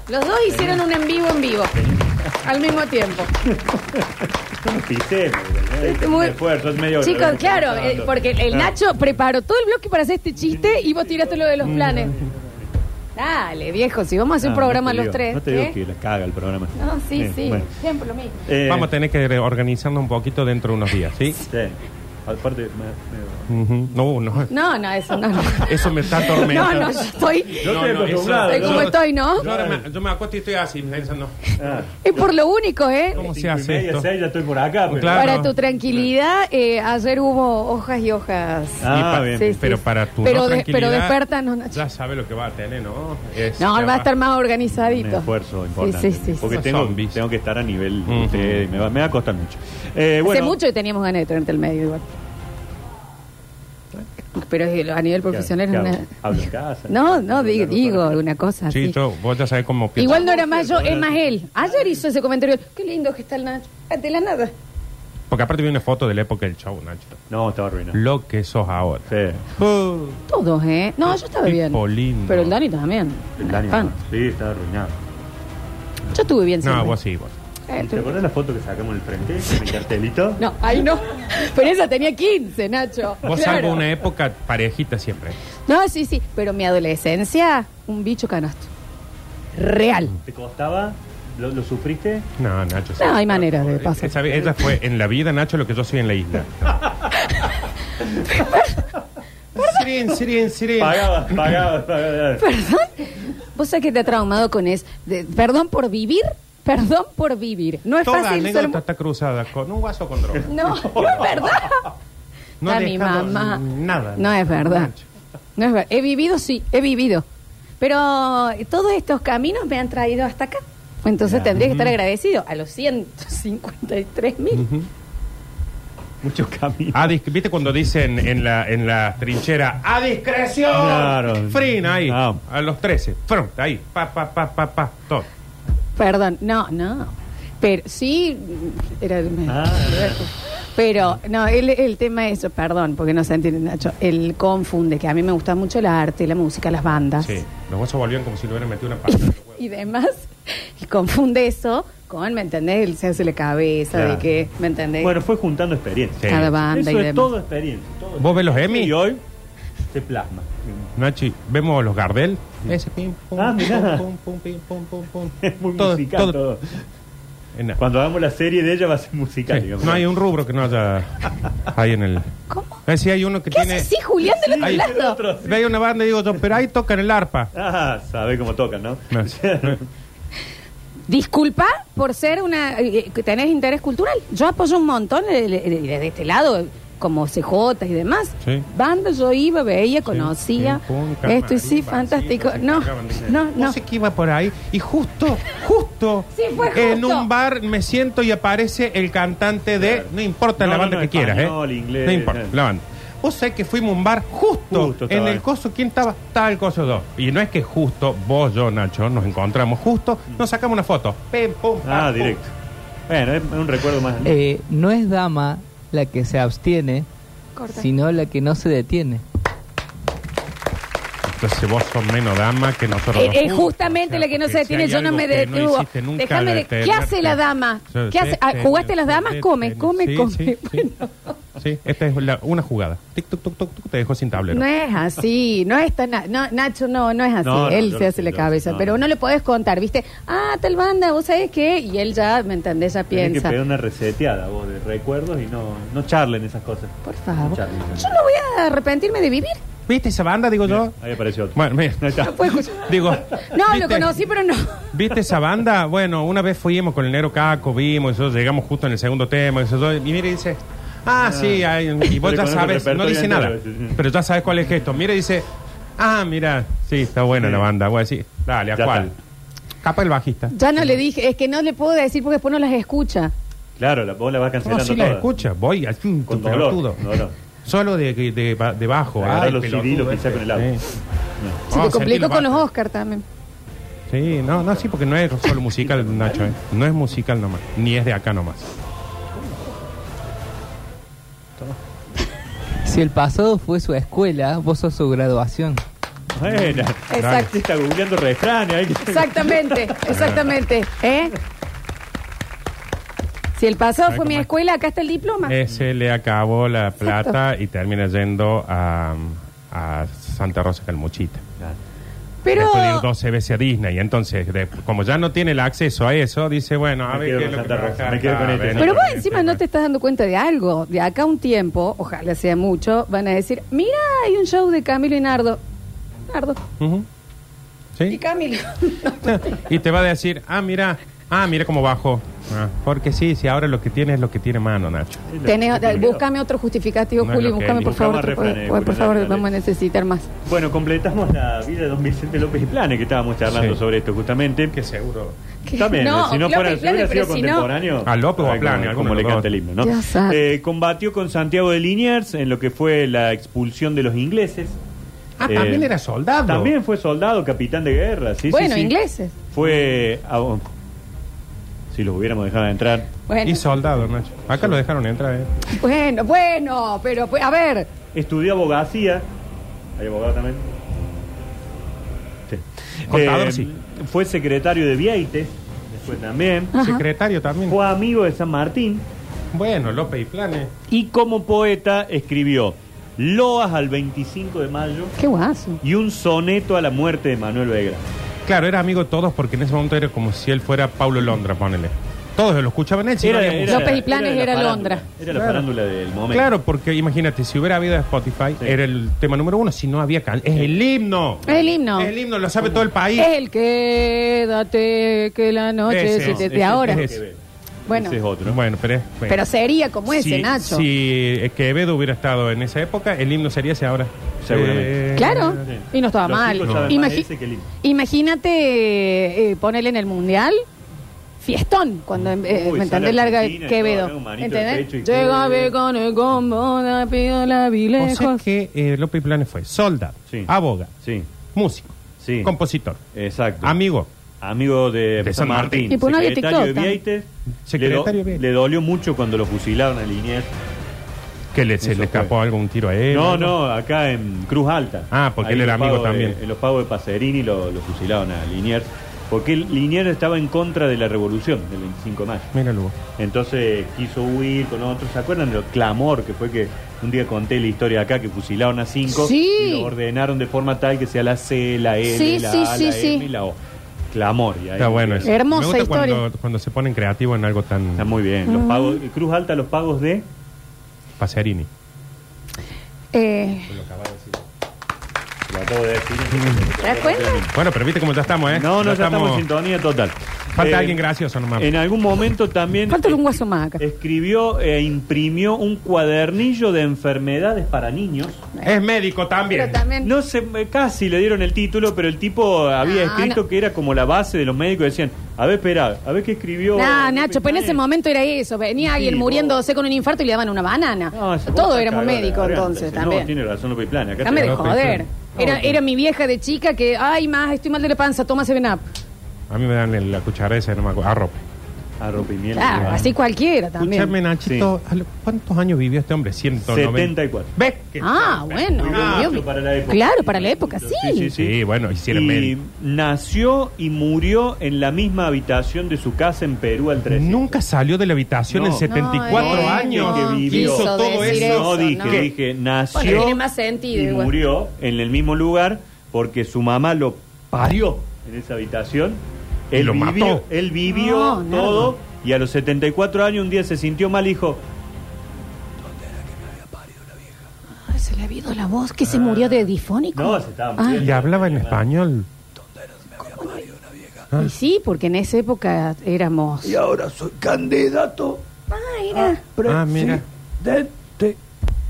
Los dos hicieron un en vivo en vivo. Al mismo tiempo. Pisemos, ¿no? Es un Muy- esfuerzo, es medio Chicos, grande, claro, ¿no? Ah. eh, porque el Claro. Nacho preparó todo el bloque para hacer este chiste y vos tiraste lo de los planes. Dale, viejo, si vamos a Ah, hacer Mm. un Ah, No, no programa te los digo, tres. No te digo ¿eh? que la caga el programa. No, sí, Eh, sí. bueno. Siempre lo mismo. Eh, Vamos a tener que organizarnos un poquito dentro de unos días, ¿sí? sí. Aparte, me- me- Ujú. No, no. No, no, eso no. no. Eso me está No, atormentando. no, yo estoy. Yo estoy acostumbrado, Sé ¿no? cómo estoy, ¿no? Yo, ahora me, yo me acuesto y estoy así, pensando. Ah, Es por lo único, ¿eh? ¿Cómo se cinco y hace media, esto? seis, ya estoy por acá. pero- Claro. Para tu tranquilidad, eh, ayer hubo hojas y hojas. Ah, Y pa- bien. Sí, sí, pero sí. para tu Pero no de- pero tranquilidad, despertanos, Nacho. Ya sabe lo que va a tener, ¿no? Es- No, ya va a estar más organizadito. Un esfuerzo importante. Sí, sí, sí. Porque sí. tengo, Zombies. tengo que estar a nivel de Ujú. ustedes y me va, me va a costar mucho. Eh, bueno, Hace mucho que teníamos ganas de tenerte al medio igual. Pero es que a nivel ¿qué profesional hago? es una... ¿Qué hago? Hablo en casa. No, no, digo, Hablo digo con- una cosa así. Sí, yo- vos ya sabés cómo pienso. Igual no era más yo, es más él. Ayer hizo ese comentario. Qué lindo que está el Nacho. Ah, De la nada. Porque aparte vi una foto de la época del chavo, Nacho. No, estaba arruinado. Lo que sos ahora. Sí. Uh, Todos, ¿eh? No, yo estaba bien. Tipo lindo. Pero el Dani también. El Dani, Fan. no. Sí, estaba arruinado. Yo estuve bien siempre. No, vos sí, vos. Eh, ¿Te estuve- acuerdas la foto que sacamos en el frente? En el cartelito. No, ahí no. Pero esa tenía 15, Nacho. Vos Claro. salvo una época parejita siempre. No, sí, sí. Pero mi adolescencia, un bicho canasto. Real. ¿Te costaba? ¿Lo, lo sufriste? No, Nacho. No, hay maneras de pasar. Esa, ella fue en la vida, Nacho, lo que yo soy en la isla. Sirín, sirín, sirín. Pagabas, pagabas, pagabas. Vos sabés que te ha traumado con eso. De- perdón por vivir, perdón por vivir. No es Toda fácil anécdota ser... mu- está cruzada con un vaso con droga. No, no es verdad. No Está mi dejando mamá. Nada. No es verdad. Nacho. No es verdad. He vivido, sí, he vivido. Pero todos estos caminos me han traído hasta acá. Entonces Ya. tendría que estar agradecido a los 153 mil. Ujú. Muchos caminos. A dis- ¿Viste cuando dicen en la, en la trinchera, a discreción? Claro. Frin, ahí, Ah. a los 13. Frum, ahí, pa, pa, pa, pa, pa, todo. Perdón, no, no. Pero sí, era... Ah. Pero, no, el, el tema es, perdón, porque no se entiende, Nacho, el confunde, que a mí me gusta mucho el arte, la música, las bandas Sí, los huesos volvían como si le hubieran metido una pata. en los huevos. y demás, y confunde eso con, ¿me entendés? El se hace la cabeza, Claro. de que, ¿me entendés? Bueno, fue juntando experiencia. Sí. Cada banda Eso y es demás. todo experiencia. todo ¿Vos ves los Emmy? Y hoy se plasma. Nachi, vemos los Gardel. Ese pim, pum, Ah, mirá. pum, pum, pim, pum, pum, pum. Es muy Todo- musical todo. todo- en nada. Cuando hagamos la serie de ella va a ser Sí, musical. digamos. no hay un rubro que no haya ahí en el. ¿Cómo? Eh, sí, hay uno que ¿Qué tiene. haces así, Julián, del otro Ahí. lado? Otro, sí. Ve, hay una banda y digo yo, pero ahí tocan el arpa. Ah, sabe cómo tocan, ¿no? No, sí. Disculpa por ser una... eh, que tenés interés cultural. Yo apoyo un montón el- el- el- de este lado, como CJ y demás. Sí. Bandas yo iba, veía, conocía. Pim, pum, Esto y sí, camarín, fantástico. barcito, No, se cargaban de- no, no. No sé qué iba por ahí. Y justo, justo, Sí, fue en justo. un bar me siento y aparece el cantante de. No importa No, la no, banda no, que quieras, español, ¿eh? inglés, no importa, no. la banda. Vos sabés que fuimos a un bar justo, Justo estaba en el ahí. coso. ¿Quién estaba? Estaba el coso 2. Y no es que justo, vos, yo, Nacho, nos encontramos justo, nos sacamos una foto. Pim, pum, pam, Ah, pum. directo. Bueno, es es un recuerdo más. Eh, no es dama la que se abstiene, Corta. sino la que no se detiene. Entonces vos sos menos dama que nosotros. Es dos juntos. Eh, justamente O sea, la que no se porque si detiene, hay yo no algo me que detuvo. hiciste nunca, Déjame de. ¿Qué detenerte. hace la dama? O sea, ¿Qué hace? Ah, detenerte, ¿Jugaste a las damas? Come, come, Sí, come. Sí, sí. Sí, esta es la- una jugada. Tic, tuc, tuc, tuc, tuc, te dejó sin tablero. No es así, no es tan. No, Nacho, no, no es así. No, no, él yo se lo hace sé, la yo cabeza, lo sé, pero no. no le podés contar, ¿viste? Ah, tal banda, ¿vos sabés qué? Y él ya, ¿me entendés? Ya Tenés que piensa. pegar una reseteada vos de recuerdos y no, no charlen esas cosas. Por favor. No charlen. Yo no voy a arrepentirme de vivir. ¿Viste esa banda? Digo yo. Ahí apareció otro. Bueno, mira. Digo, No, lo ¿viste? conocí, pero no. ¿Viste esa banda? Bueno, una vez fuimos con el Nero Caco, vimos, eso, llegamos justo en el segundo tema, eso, todo, y mira y dice, ah, sí, hay un-". y vos ya Pero con el sabes, no repertorio dice entero, nada, sí, sí. pero ya sabes cuál es esto. Mira y dice, ah, mira, sí, está buena la banda, voy a decir, dale, ¿a Ya cuál? Capa el bajista. Ya no le dije, es que no le puedo decir porque después no las escucha. Claro, la, vos la vas No, cancelando si la todas. escucha, voy al Con dolor, pelotudo. con dolor. Solo de, de, de- de bajo. Agarrar Ay, los CD, pelotudo los pisás este. con el agua. Sí. Se Vamos te a sentir complicó los con los bajos. Oscar también. Sí, no, no, sí, porque no es solo musical, Nacho. eh. No es musical nomás, ni es de acá nomás. Si el pasado fue su escuela, vos sos su graduación. Bueno, Exacto. está googleando refranes. hay que- Exactamente, exactamente. ¿Eh? Si el pasado Ay, fue mi cómo es. escuela, acá está el diploma. Eh, se le acabó la plata y termina yendo a, a Santa Rosa Calmuchita. Pero Después de ir 12 veces a Disney. Y entonces, de- como ya no tiene el acceso a eso, dice, bueno, a Me ver quedo qué con es lo que Santa me va a Rosa, sacar. me quedo con A este. ver, Pero con vos este, encima no te estás dando cuenta de algo. De acá a un tiempo, ojalá sea mucho, van a decir, mira, hay un show de Camilo y Nardo. Nardo. Ujú. Y ¿Sí? Camilo. Y te va a decir, ah, mira, ah, mira cómo bajó. Ah, porque sí, sí, ahora lo que tiene es lo que tiene mano, Nacho. Tenés- búscame otro justificativo, No es Juli, lo que búscame hay. por Busca favor. más otro, por, refranes, por Juli, favor, dale. vamos a necesitar más. Bueno, completamos la vida de don Vicente López y Planes, que estábamos charlando Sí. sobre esto justamente. Que seguro. También, No, eh, si no López fuera, y si Planes, hubiera sido pero si no- contemporáneo. A López o a Ay, Planes, como- alguno Como de le los canta el dos. himno, ¿no? Ya sabes. Eh, combatió con Santiago de Liniers en lo que fue la expulsión de los ingleses. Ah, Eh, también era soldado. También fue soldado, capitán de guerra. Sí, sí, bueno, sí. ingleses. Fue. ah, oh, si los hubiéramos dejado entrar. Bueno, Y soldado, Nacho. Acá lo dejaron entrar, ¿eh? bueno, bueno, pero pues, a ver. Estudió abogacía. ¿Hay abogado también? Sí. Eh, Contador, sí. Fue secretario de Vieites. Después también. Ah. Secretario también. Fue amigo de San Martín. Bueno, López y Planes. Y como poeta escribió Loas al 25 de mayo Qué guaso. y un soneto a la muerte de Manuel Belgrano. Claro, era amigo de todos porque en ese momento era como si él fuera Pablo Londra, ponele. Todos lo escuchaban él, si no había música. López y Planes la era farándula, Londra. Era la Claro. farándula del momento. Claro, porque imagínate, si hubiera habido Spotify, era el tema número uno, si no había can Es el himno. Es el himno. Es el himno, lo sabe todo el país. Es el quédate que la noche Ese, se no, te- de ese ahora. tengo que ver. Bueno, Ese es otro. Bueno, pero es- bueno. pero sería como ese, si, Nacho. Si eh, Quevedo hubiera estado en esa época, el himno sería ese ahora. Seguramente. Eh, Claro, Sí. y no estaba Los mal. chicos saben Imagi- más ese que el himno. Imagínate eh, eh, ponerle en el mundial fiestón cuando eh, Uy, me sale entendés larga Argentina y todo, ¿no? Quevedo. Un manito de pecho y ¿Entendés? Llega todo. con el combo, la pido la O sea vilejos. que eh, López y Planes fue soldado, Sí. abogado, Sí, músico, sí. compositor, Exacto. amigo. Amigo de, De San Martín. Y por no había secretario de TikTok también. Vieites. Secretario le, de Vieites. le dolió mucho cuando lo fusilaron a Liniers. Que le, se Eso le fue. escapó algún tiro a él. No, algo. no, acá en Cruz Alta. Ah, porque él en era los amigo pagos de- también. en los pagos de Paserini lo, lo fusilaron a Liniers. Porque el- Liniers estaba en contra de la revolución del 25 de mayo. Míralo. vos. Entonces quiso huir con otros. ¿Se acuerdan del clamor que fue que un día conté la historia acá que fusilaron a cinco Sí. y lo ordenaron de forma tal que sea la C, la L, Sí, la sí, A, sí, la sí. M y la O? Clamor. y ahí- Está bueno eso. Hermosa Me gusta historia. Cuando, cuando se ponen creativos en algo Está tan muy bien. Los Mm. pagos, Cruz Alta, los pagos de. paserini. Eh, Lo acabo de decir. ¿Te das cuenta? Bueno, pero viste cómo ya estamos, ¿eh? No, no, ya estamos en sintonía total. Falta Eh, alguien gracioso nomás. En algún momento también Falta un guaso más acá. escribió e imprimió un cuadernillo de enfermedades para niños. Es médico Pero también. también. No sé, eh, casi le dieron el título, pero el tipo Ah, había No, escrito no. que era como la base de los médicos. Decían, a ver, espera, a ver qué escribió. Nah, eh, Nacho, pero en ese eh". momento era eso. Venía Sí, alguien vos. muriéndose con un infarto y le daban una banana. No, se- vos Todos te éramos cagás la médicos garganta. entonces Dice, No, también. tiene razón López Plana. acá Déjame te- de López, joder. sí. Era, No, sí. era mi vieja de chica que, ay, más, estoy mal de la panza, toma Seven Up. A mí me dan el- la cuchara esa, no me acuerdo. Arrope. Arrope y miel. Claro, así cualquiera Escúchame, también. Nachito, ¿a lo- ¿cuántos años vivió este hombre? 190. 74. ¿Ves? que- Ah, bueno. Ah, obvio. pero para la época. Claro, para la época, sí. Sí, Sí, bueno, hicieron y médico. nació y murió en la misma habitación de su casa en Perú al 13. Nunca salió de la habitación No. en 74 No, años. no, que vivió. Hizo todo decir eso. No eso, dije, no. dije, nació Bueno, tiene más sentido y igual. murió en el mismo lugar porque su mamá lo parió en esa habitación. Y Él lo vivió, mató. Él vivió No, todo y a los 74 años un día se sintió mal y dijo, se le ha habido la voz? ¿Que se murió de difónico? No, se estaba Ah, Y hablaba en español. y sí, porque en esa época éramos... Y ahora soy candidato Mira, Ah, mira. presidente.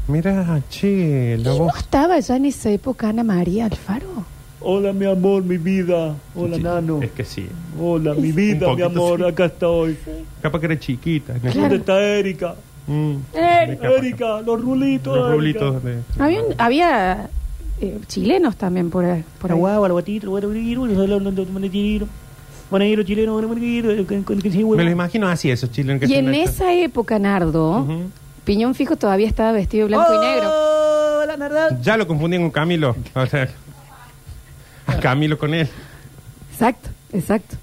Mira, che, la voz. estaba ya en esa época Ana María Alfaro. Hola, mi amor, mi vida. Hola, nano. Es que sí. Eh. Hola, mi vida, Un mi poquito, amor. sí. Acá estoy. Capaz que era chiquita. en ese- ¿Dónde está Erika? Mm, Erika. Erika, los rulitos. Los Erika. rulitos de. Había, un- había eh, chilenos también por, por Por ahí. agua, el guatito, el guatito, el guatito, el guatito, el chileno, el guatito, el Me lo guatito. imagino así, esos chilenos que Y son en estos. esa época, Nardo, Piñón Fijo todavía estaba vestido de blanco y negro. Hola, Nardo. Ya lo confundían con Camilo. O sea, a Camilo con él. Exacto, exacto.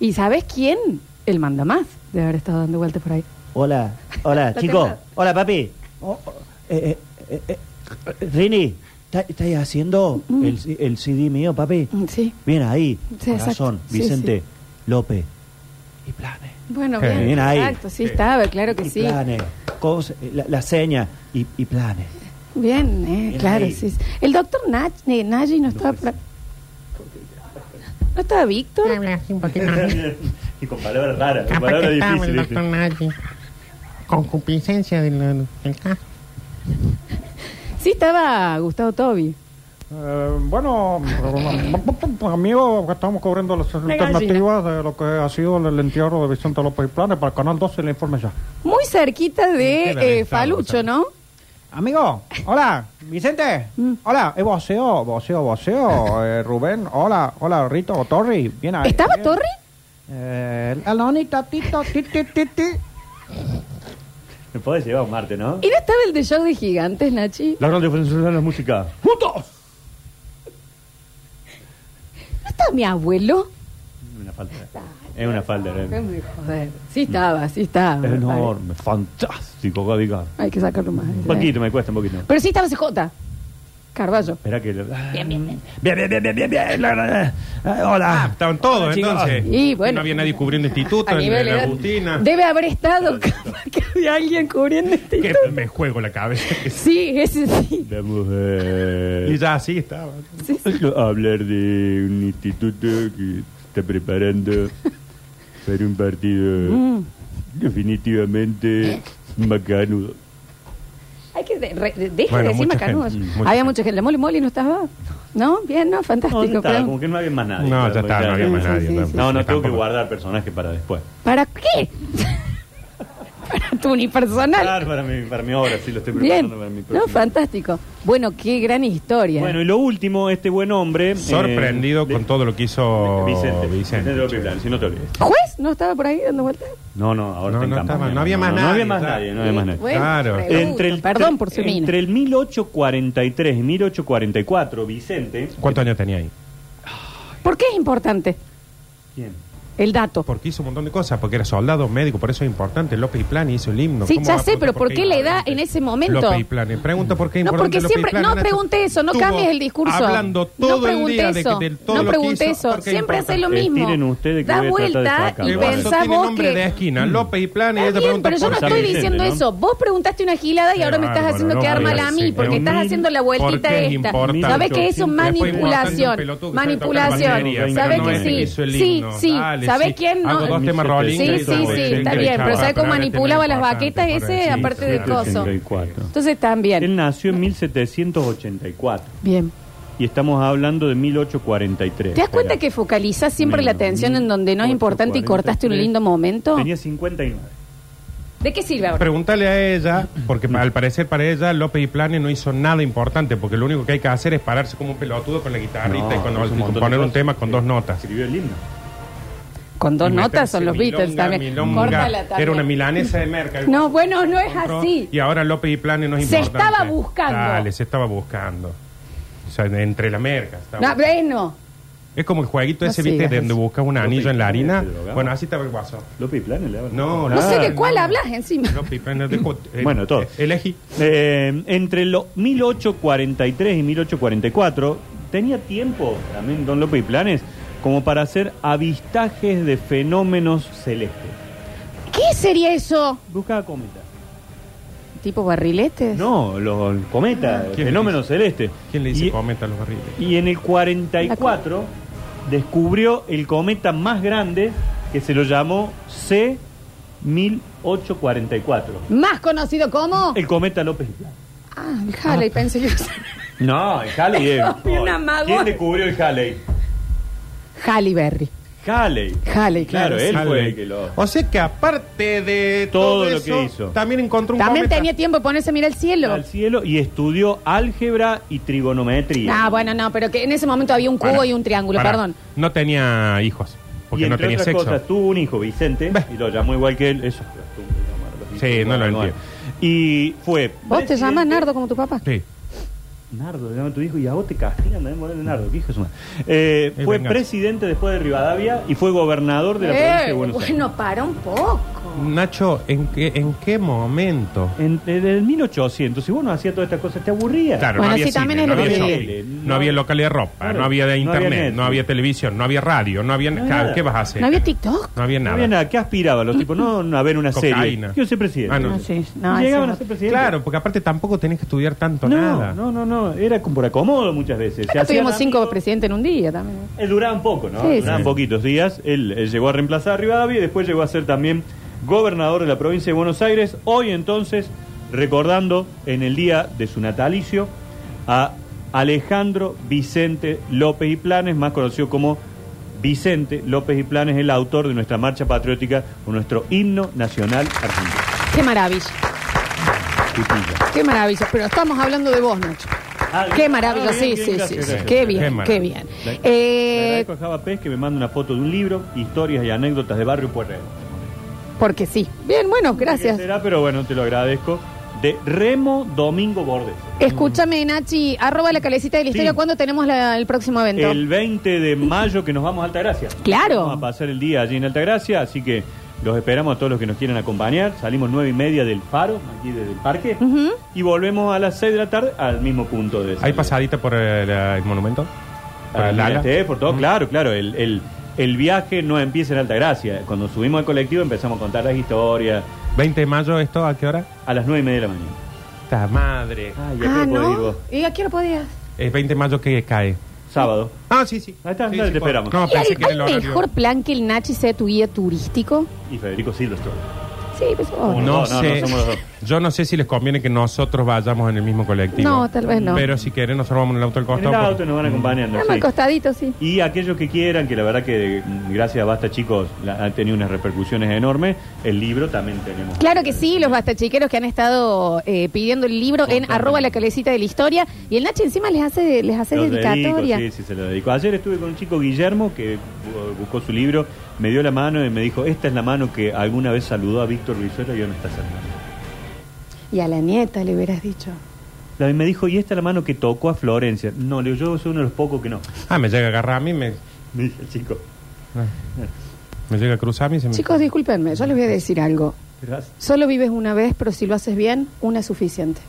¿Y sabes quién? El manda más de haber estado dando vueltas por ahí. Hola, hola, La chico. tengo. Hola, papi. Oh, oh, eh, eh, eh, eh, Rini, ¿está- ¿estáis haciendo el, el CD mío, papi? Mm, Sí. Bien ahí, Mm. Sí, exacto. corazón, Sí, Vicente, sí. López. Bueno, Eh, bien. bien ahí. Exacto, sí, estaba, claro que y sí. planes, cos- la, la seña y, y planes. Bien, eh, Bien claro, ahí. sí. sí. El doctor Nach, eh, Nagy no estaba... pra- ¿No estaba Víctor? Y con palabras raras, con Capaz palabras que estaba el difíciles. doctor Nagy. Concupiscencia del, del caso. Sí, estaba Gustavo Tobi. bueno, amigo, estamos cubriendo las gallina. alternativas de lo que ha sido el entierro de Vicente López y Planes para Canal 12 le informe ya. Muy cerquita Qué lamentable, de eh, Falucho, ¿no? Amigo, hola, Vicente, Mm. hola, es voceo, voceo, voceo, eh, Rubén, hola, hola, Rito, Torri, bien ahí. ¿Estaba bien. Torri? Eh, Alonita, Tito, ti, ti, ti, ti. Me podés llevar un Marte, ¿no? ¿Y no estaba el de show de gigantes, Nachi? La radio francesa de la música. ¿No estaba mi abuelo? Una falta. Es una falta. ¿eh? Déjame de joder. Sí estaba, sí estaba. Enorme, fantástico, Gadiga. Hay que sacarlo más. Un poquito, me cuesta un poquito. Pero sí estaba CJ. Carballo. Espera que. le- Bien, bien, bien. Bien, bien, bien, bien, bien, bien. la, la, la. Eh, Hola. Estaban todos, Hola, chicos. entonces. Y bueno. No había nadie cubriendo instituto, A en nivel la edad, Agustina. Debe haber estado capaz que había alguien cubriendo este. Que me juego la cabeza. Sí, ese sí. La mujer. Y ya así estaba. Hablar de un instituto que está preparando para un partido Mm. definitivamente macanudo. Hay que de- re- de- deje Bueno, de decir mucha macanudos. gente, mm, mucha Había mucha gente. La Moli Moli no estaba. ¿No? Bien, no, fantástico. pero- como que no había más nadie. Pues No, ya está, no había más nadie. No, Sí, sí, no, sí. tengo que Tampoco. guardar personajes para después. ¿Para qué? Para tu unipersonal. Claro, Ah, para mi, para mi obra, sí, lo estoy Bien. preparando para mi No, próximo. fantástico. Bueno, qué gran historia. Bueno, y lo último, este buen hombre. eh, Sorprendido con todo lo que hizo Vicente. Vicente. Vicente López Blanco, si no te olvides. ¿Juez? ¿No estaba por ahí dando vueltas? No, no, ahora No, está en no campaña, estaba, no había más No nadie, había más claro. nadie, no había más nadie. Bueno, Claro. pregunto, Entre el, perdón por su mina. Entre el 1843 y 1844, Vicente. Eh, ¿Cuántos años tenía ahí? ¿Por qué es importante? ¿Quién? El dato. Porque hizo un montón de cosas, porque era soldado, médico, por eso es importante. López y Plan hizo el himno. sí, ¿Cómo ya va a sé, pero preguntar ¿por qué le da en ese momento? López y Plan. Pregunta por qué es No, importante porque López y siempre- Plan. no Nacho pregunte eso, no estuvo cambies el discurso. Hablando No todo el pregunte día de, eso, que- de todo no lo pregunte que hizo, eso, porque es siempre hace importante. lo mismo. Estiren ustedes que Da voy a tratar de vuelta sacarlo. y Bueno, pensá tiene vos nombre que- de esquina, López y Plan, y Está ella bien, pregunta pero yo por no qué. estoy diciendo eso. Vos preguntaste una gilada y Qué ahora me estás bárbaro, haciendo no quedar voy a mal a mí decir, porque pero estás mil- haciendo la vueltita ¿por qué es esta. importante? ¿Sabes que eso es Después importante un manipulación? pelotudo que sabe tocar Manipulación. batería, ¿Sabes pero no que es que hizo el sí? Sí, himno. sí. Dale, sí. ¿Sabes quién no? Hago dos temas Sí, rolling, sí, listo, sí, voy, está venga, bien, chao, pero ¿sabes para cómo este manipulaba tema las importante, baquetas por ese, ahí, aparte de sí, coso? Entonces también. Él nació en 1784 Bien. y estamos hablando de 1843. ¿Te das cuenta Era- que focalizás siempre la atención en donde no es importante y cortaste un lindo momento? Tenía 59. ¿De qué sirve ahora? Pregúntale a ella, porque Mm. pa- al parecer para ella López y Plane no hizo nada importante, porque lo único que hay que hacer es pararse como un pelotudo con la guitarrita No, y, con- hizo un y montón de poner un cosas. tema con dos notas. Escribió el himno. Con dos notas son los Beatles Milonga, también. milonga. Córtala también. Era una milanesa de merca. el No, bueno, no es otro, así. Y ahora López y Plane no es Ah, Se importante. estaba buscando. Dale, se estaba buscando. O sea, de- entre la merca. estaba No, bueno. Es como el jueguito No ese, viste, sigas de donde eso. buscas un anillo en la harina. se drogaba. Bueno, así estaba el guaso. López y Planes le habla. No, No sé de cuál hablas encima. López y Plane, de- eh, Bueno, todo. Elegí. Eh, entre los 1843 y 1844 tenía tiempo también Don López y Planes como para hacer avistajes de fenómenos celestes. ¿Qué sería eso? Buscaba cometas. tipo barriletes. No, los cometas, fenómeno celeste. ¿Quién Ah, le dice cometa a los barriles? Y en el 44 descubrió el cometa más grande que se lo llamó C-1844. Más conocido como. El cometa López. Ah, el Halley, pensé que. No, el Halley es. Soy un amago. ¿Quién descubrió el Halley? Halle Berry. Halley. Halley, claro. Claro, él sí. fue el que lo. O sea que aparte de todo, Todo lo eso, que hizo. también encontró un También cometa. tenía tiempo de ponerse a mirar el cielo. Al cielo y estudió álgebra y trigonometría. Ah, bueno, no, pero que en ese momento había un cubo Para, y un triángulo, para. perdón. No tenía hijos, y porque no entre tenía otras sexo. cosas, tuvo un hijo, Vicente, y lo llamó igual que él. Eso Sí, no lo entiendo. Y fue. ¿Vos te llamas Nardo como tu papá? Sí. Nardo, llama a tu hijo y a vos te castigan también por el Nardo. ¿Qué hijo es más? Eh, Es fue venganza. presidente después de Rivadavia y fue gobernador de la provincia de Eh, Buenos Aires. bueno, para un poco. Nacho, ¿en qué, ¿en qué momento? En, el 1800, si vos no hacías todas estas cosas, te aburría. Claro, Bueno, no había sí, también cine, es no lo había que- shopping, no había locales de ropa, no había de no había internet, no había, Netflix. televisión, no había radio, no había... había claro, nada. ¿Qué vas a hacer? ¿No había TikTok? No había No nada. había nada. ¿Qué aspiraban los tipos? No, no, a ver una Cocaína. serie. Quiero ser presidente. Ah, no. Ah, sí. No, Llegaban eso- a ser presidente. Claro, porque aparte tampoco tenés que estudiar tanto nada. No, no, no, no, era como por acomodo muchas veces. Se Acá hacían tuvimos amigos. cinco presidentes en un día también. Eh, duraban poco, ¿no? Sí, sí, duraban sí. poquitos días. Él, eh, llegó a reemplazar a Rivadavia y después llegó a ser también gobernador de la provincia de Buenos Aires. Hoy entonces, recordando en el día de su natalicio a Alejandro Vicente López y Planes, más conocido como Vicente López y Planes, el autor de nuestra marcha patriótica o nuestro himno nacional argentino. Qué maravilla, Pipilla. qué maravilla. Pero estamos hablando de vos, Nacho. Ah, Qué bien. maravilla, Ah, sí, sí, bien, bien, sí, gracias, sí. gracias. Qué bien, Qué qué maravilla. bien. Le- le Eh, agradezco a Java Pez que me manda una foto de un libro, historias y anécdotas de Barrio Puerrero. porque sí. Bien, bueno, gracias. Será, pero bueno, te lo agradezco. De Remo Domingo Bordes. Escúchame, Nachi, arroba la calecita de la historia. Sí. ¿Cuándo tenemos la- el próximo evento? El 20 de mayo que nos vamos a Altagracia. Claro. Vamos a pasar el día allí en Altagracia, así que los esperamos a todos los que nos quieran acompañar. Salimos nueve y media del faro, aquí desde el parque, y volvemos a las 6 de la tarde al mismo punto de ¿Hay salida. pasadita por el, eh, el monumento? Por Para el ala. por todo, claro, claro. El, el- el viaje no empieza en Altagracia. Cuando subimos al colectivo empezamos a contar las historias 20 de mayo, ¿esto a qué hora? a las nueve y media de la mañana. Esta madre. Ay, ah, ¿no? ¿Y a qué hora podías? Es 20 de mayo que cae. Sábado. Ah, sí, sí. Ahí está, Sí, dale, sí, te por- esperamos. No, ¿Y pensé hay, que era el hay horario. mejor plan que el Nachi sea tu guía turístico? Y Federico Silvestre. Sí, pues... oh, Uno. No, No, no, sé. no somos los dos. yo no sé si les conviene que nosotros vayamos en el mismo colectivo. No, tal vez no. Pero si quieren, nosotros vamos en el auto del En costado. el porque- auto nos van acompañando. Dame al sí. costadito, sí. Y aquellos que quieran, que la verdad que mm, gracias a Basta Chicos la- ha tenido unas repercusiones enormes, el libro también tenemos. Claro que sí, los bastachiqueros que han estado eh, pidiendo el libro en arroba la calecita de la historia. Y el Nachi encima les hace, les hace Los dedico, dedicatoria. sí, sí, se lo dedico. Ayer estuve con un chico, Guillermo, que bu- buscó su libro, me dio la mano y me dijo, esta es la mano que alguna vez saludó a Víctor Rizuela y hoy me está saludando. Y a la nieta le hubieras dicho. La- me dijo, y esta es la mano que tocó a Florencia. No, le yo soy uno de los pocos que no. Ah, me llega a agarrar a mí, me, Me dijo el chico. me llega a cruzar a mí. y Se me... Chicos, discúlpenme, yo les voy a decir algo. Pero has- Solo vives una vez, pero si lo haces bien, una es suficiente.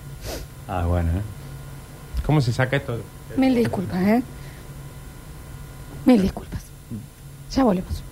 Ah, bueno. ¿eh? ¿Cómo se saca esto? Mil disculpas, ¿eh? Mil disculpas. Ya volvemos.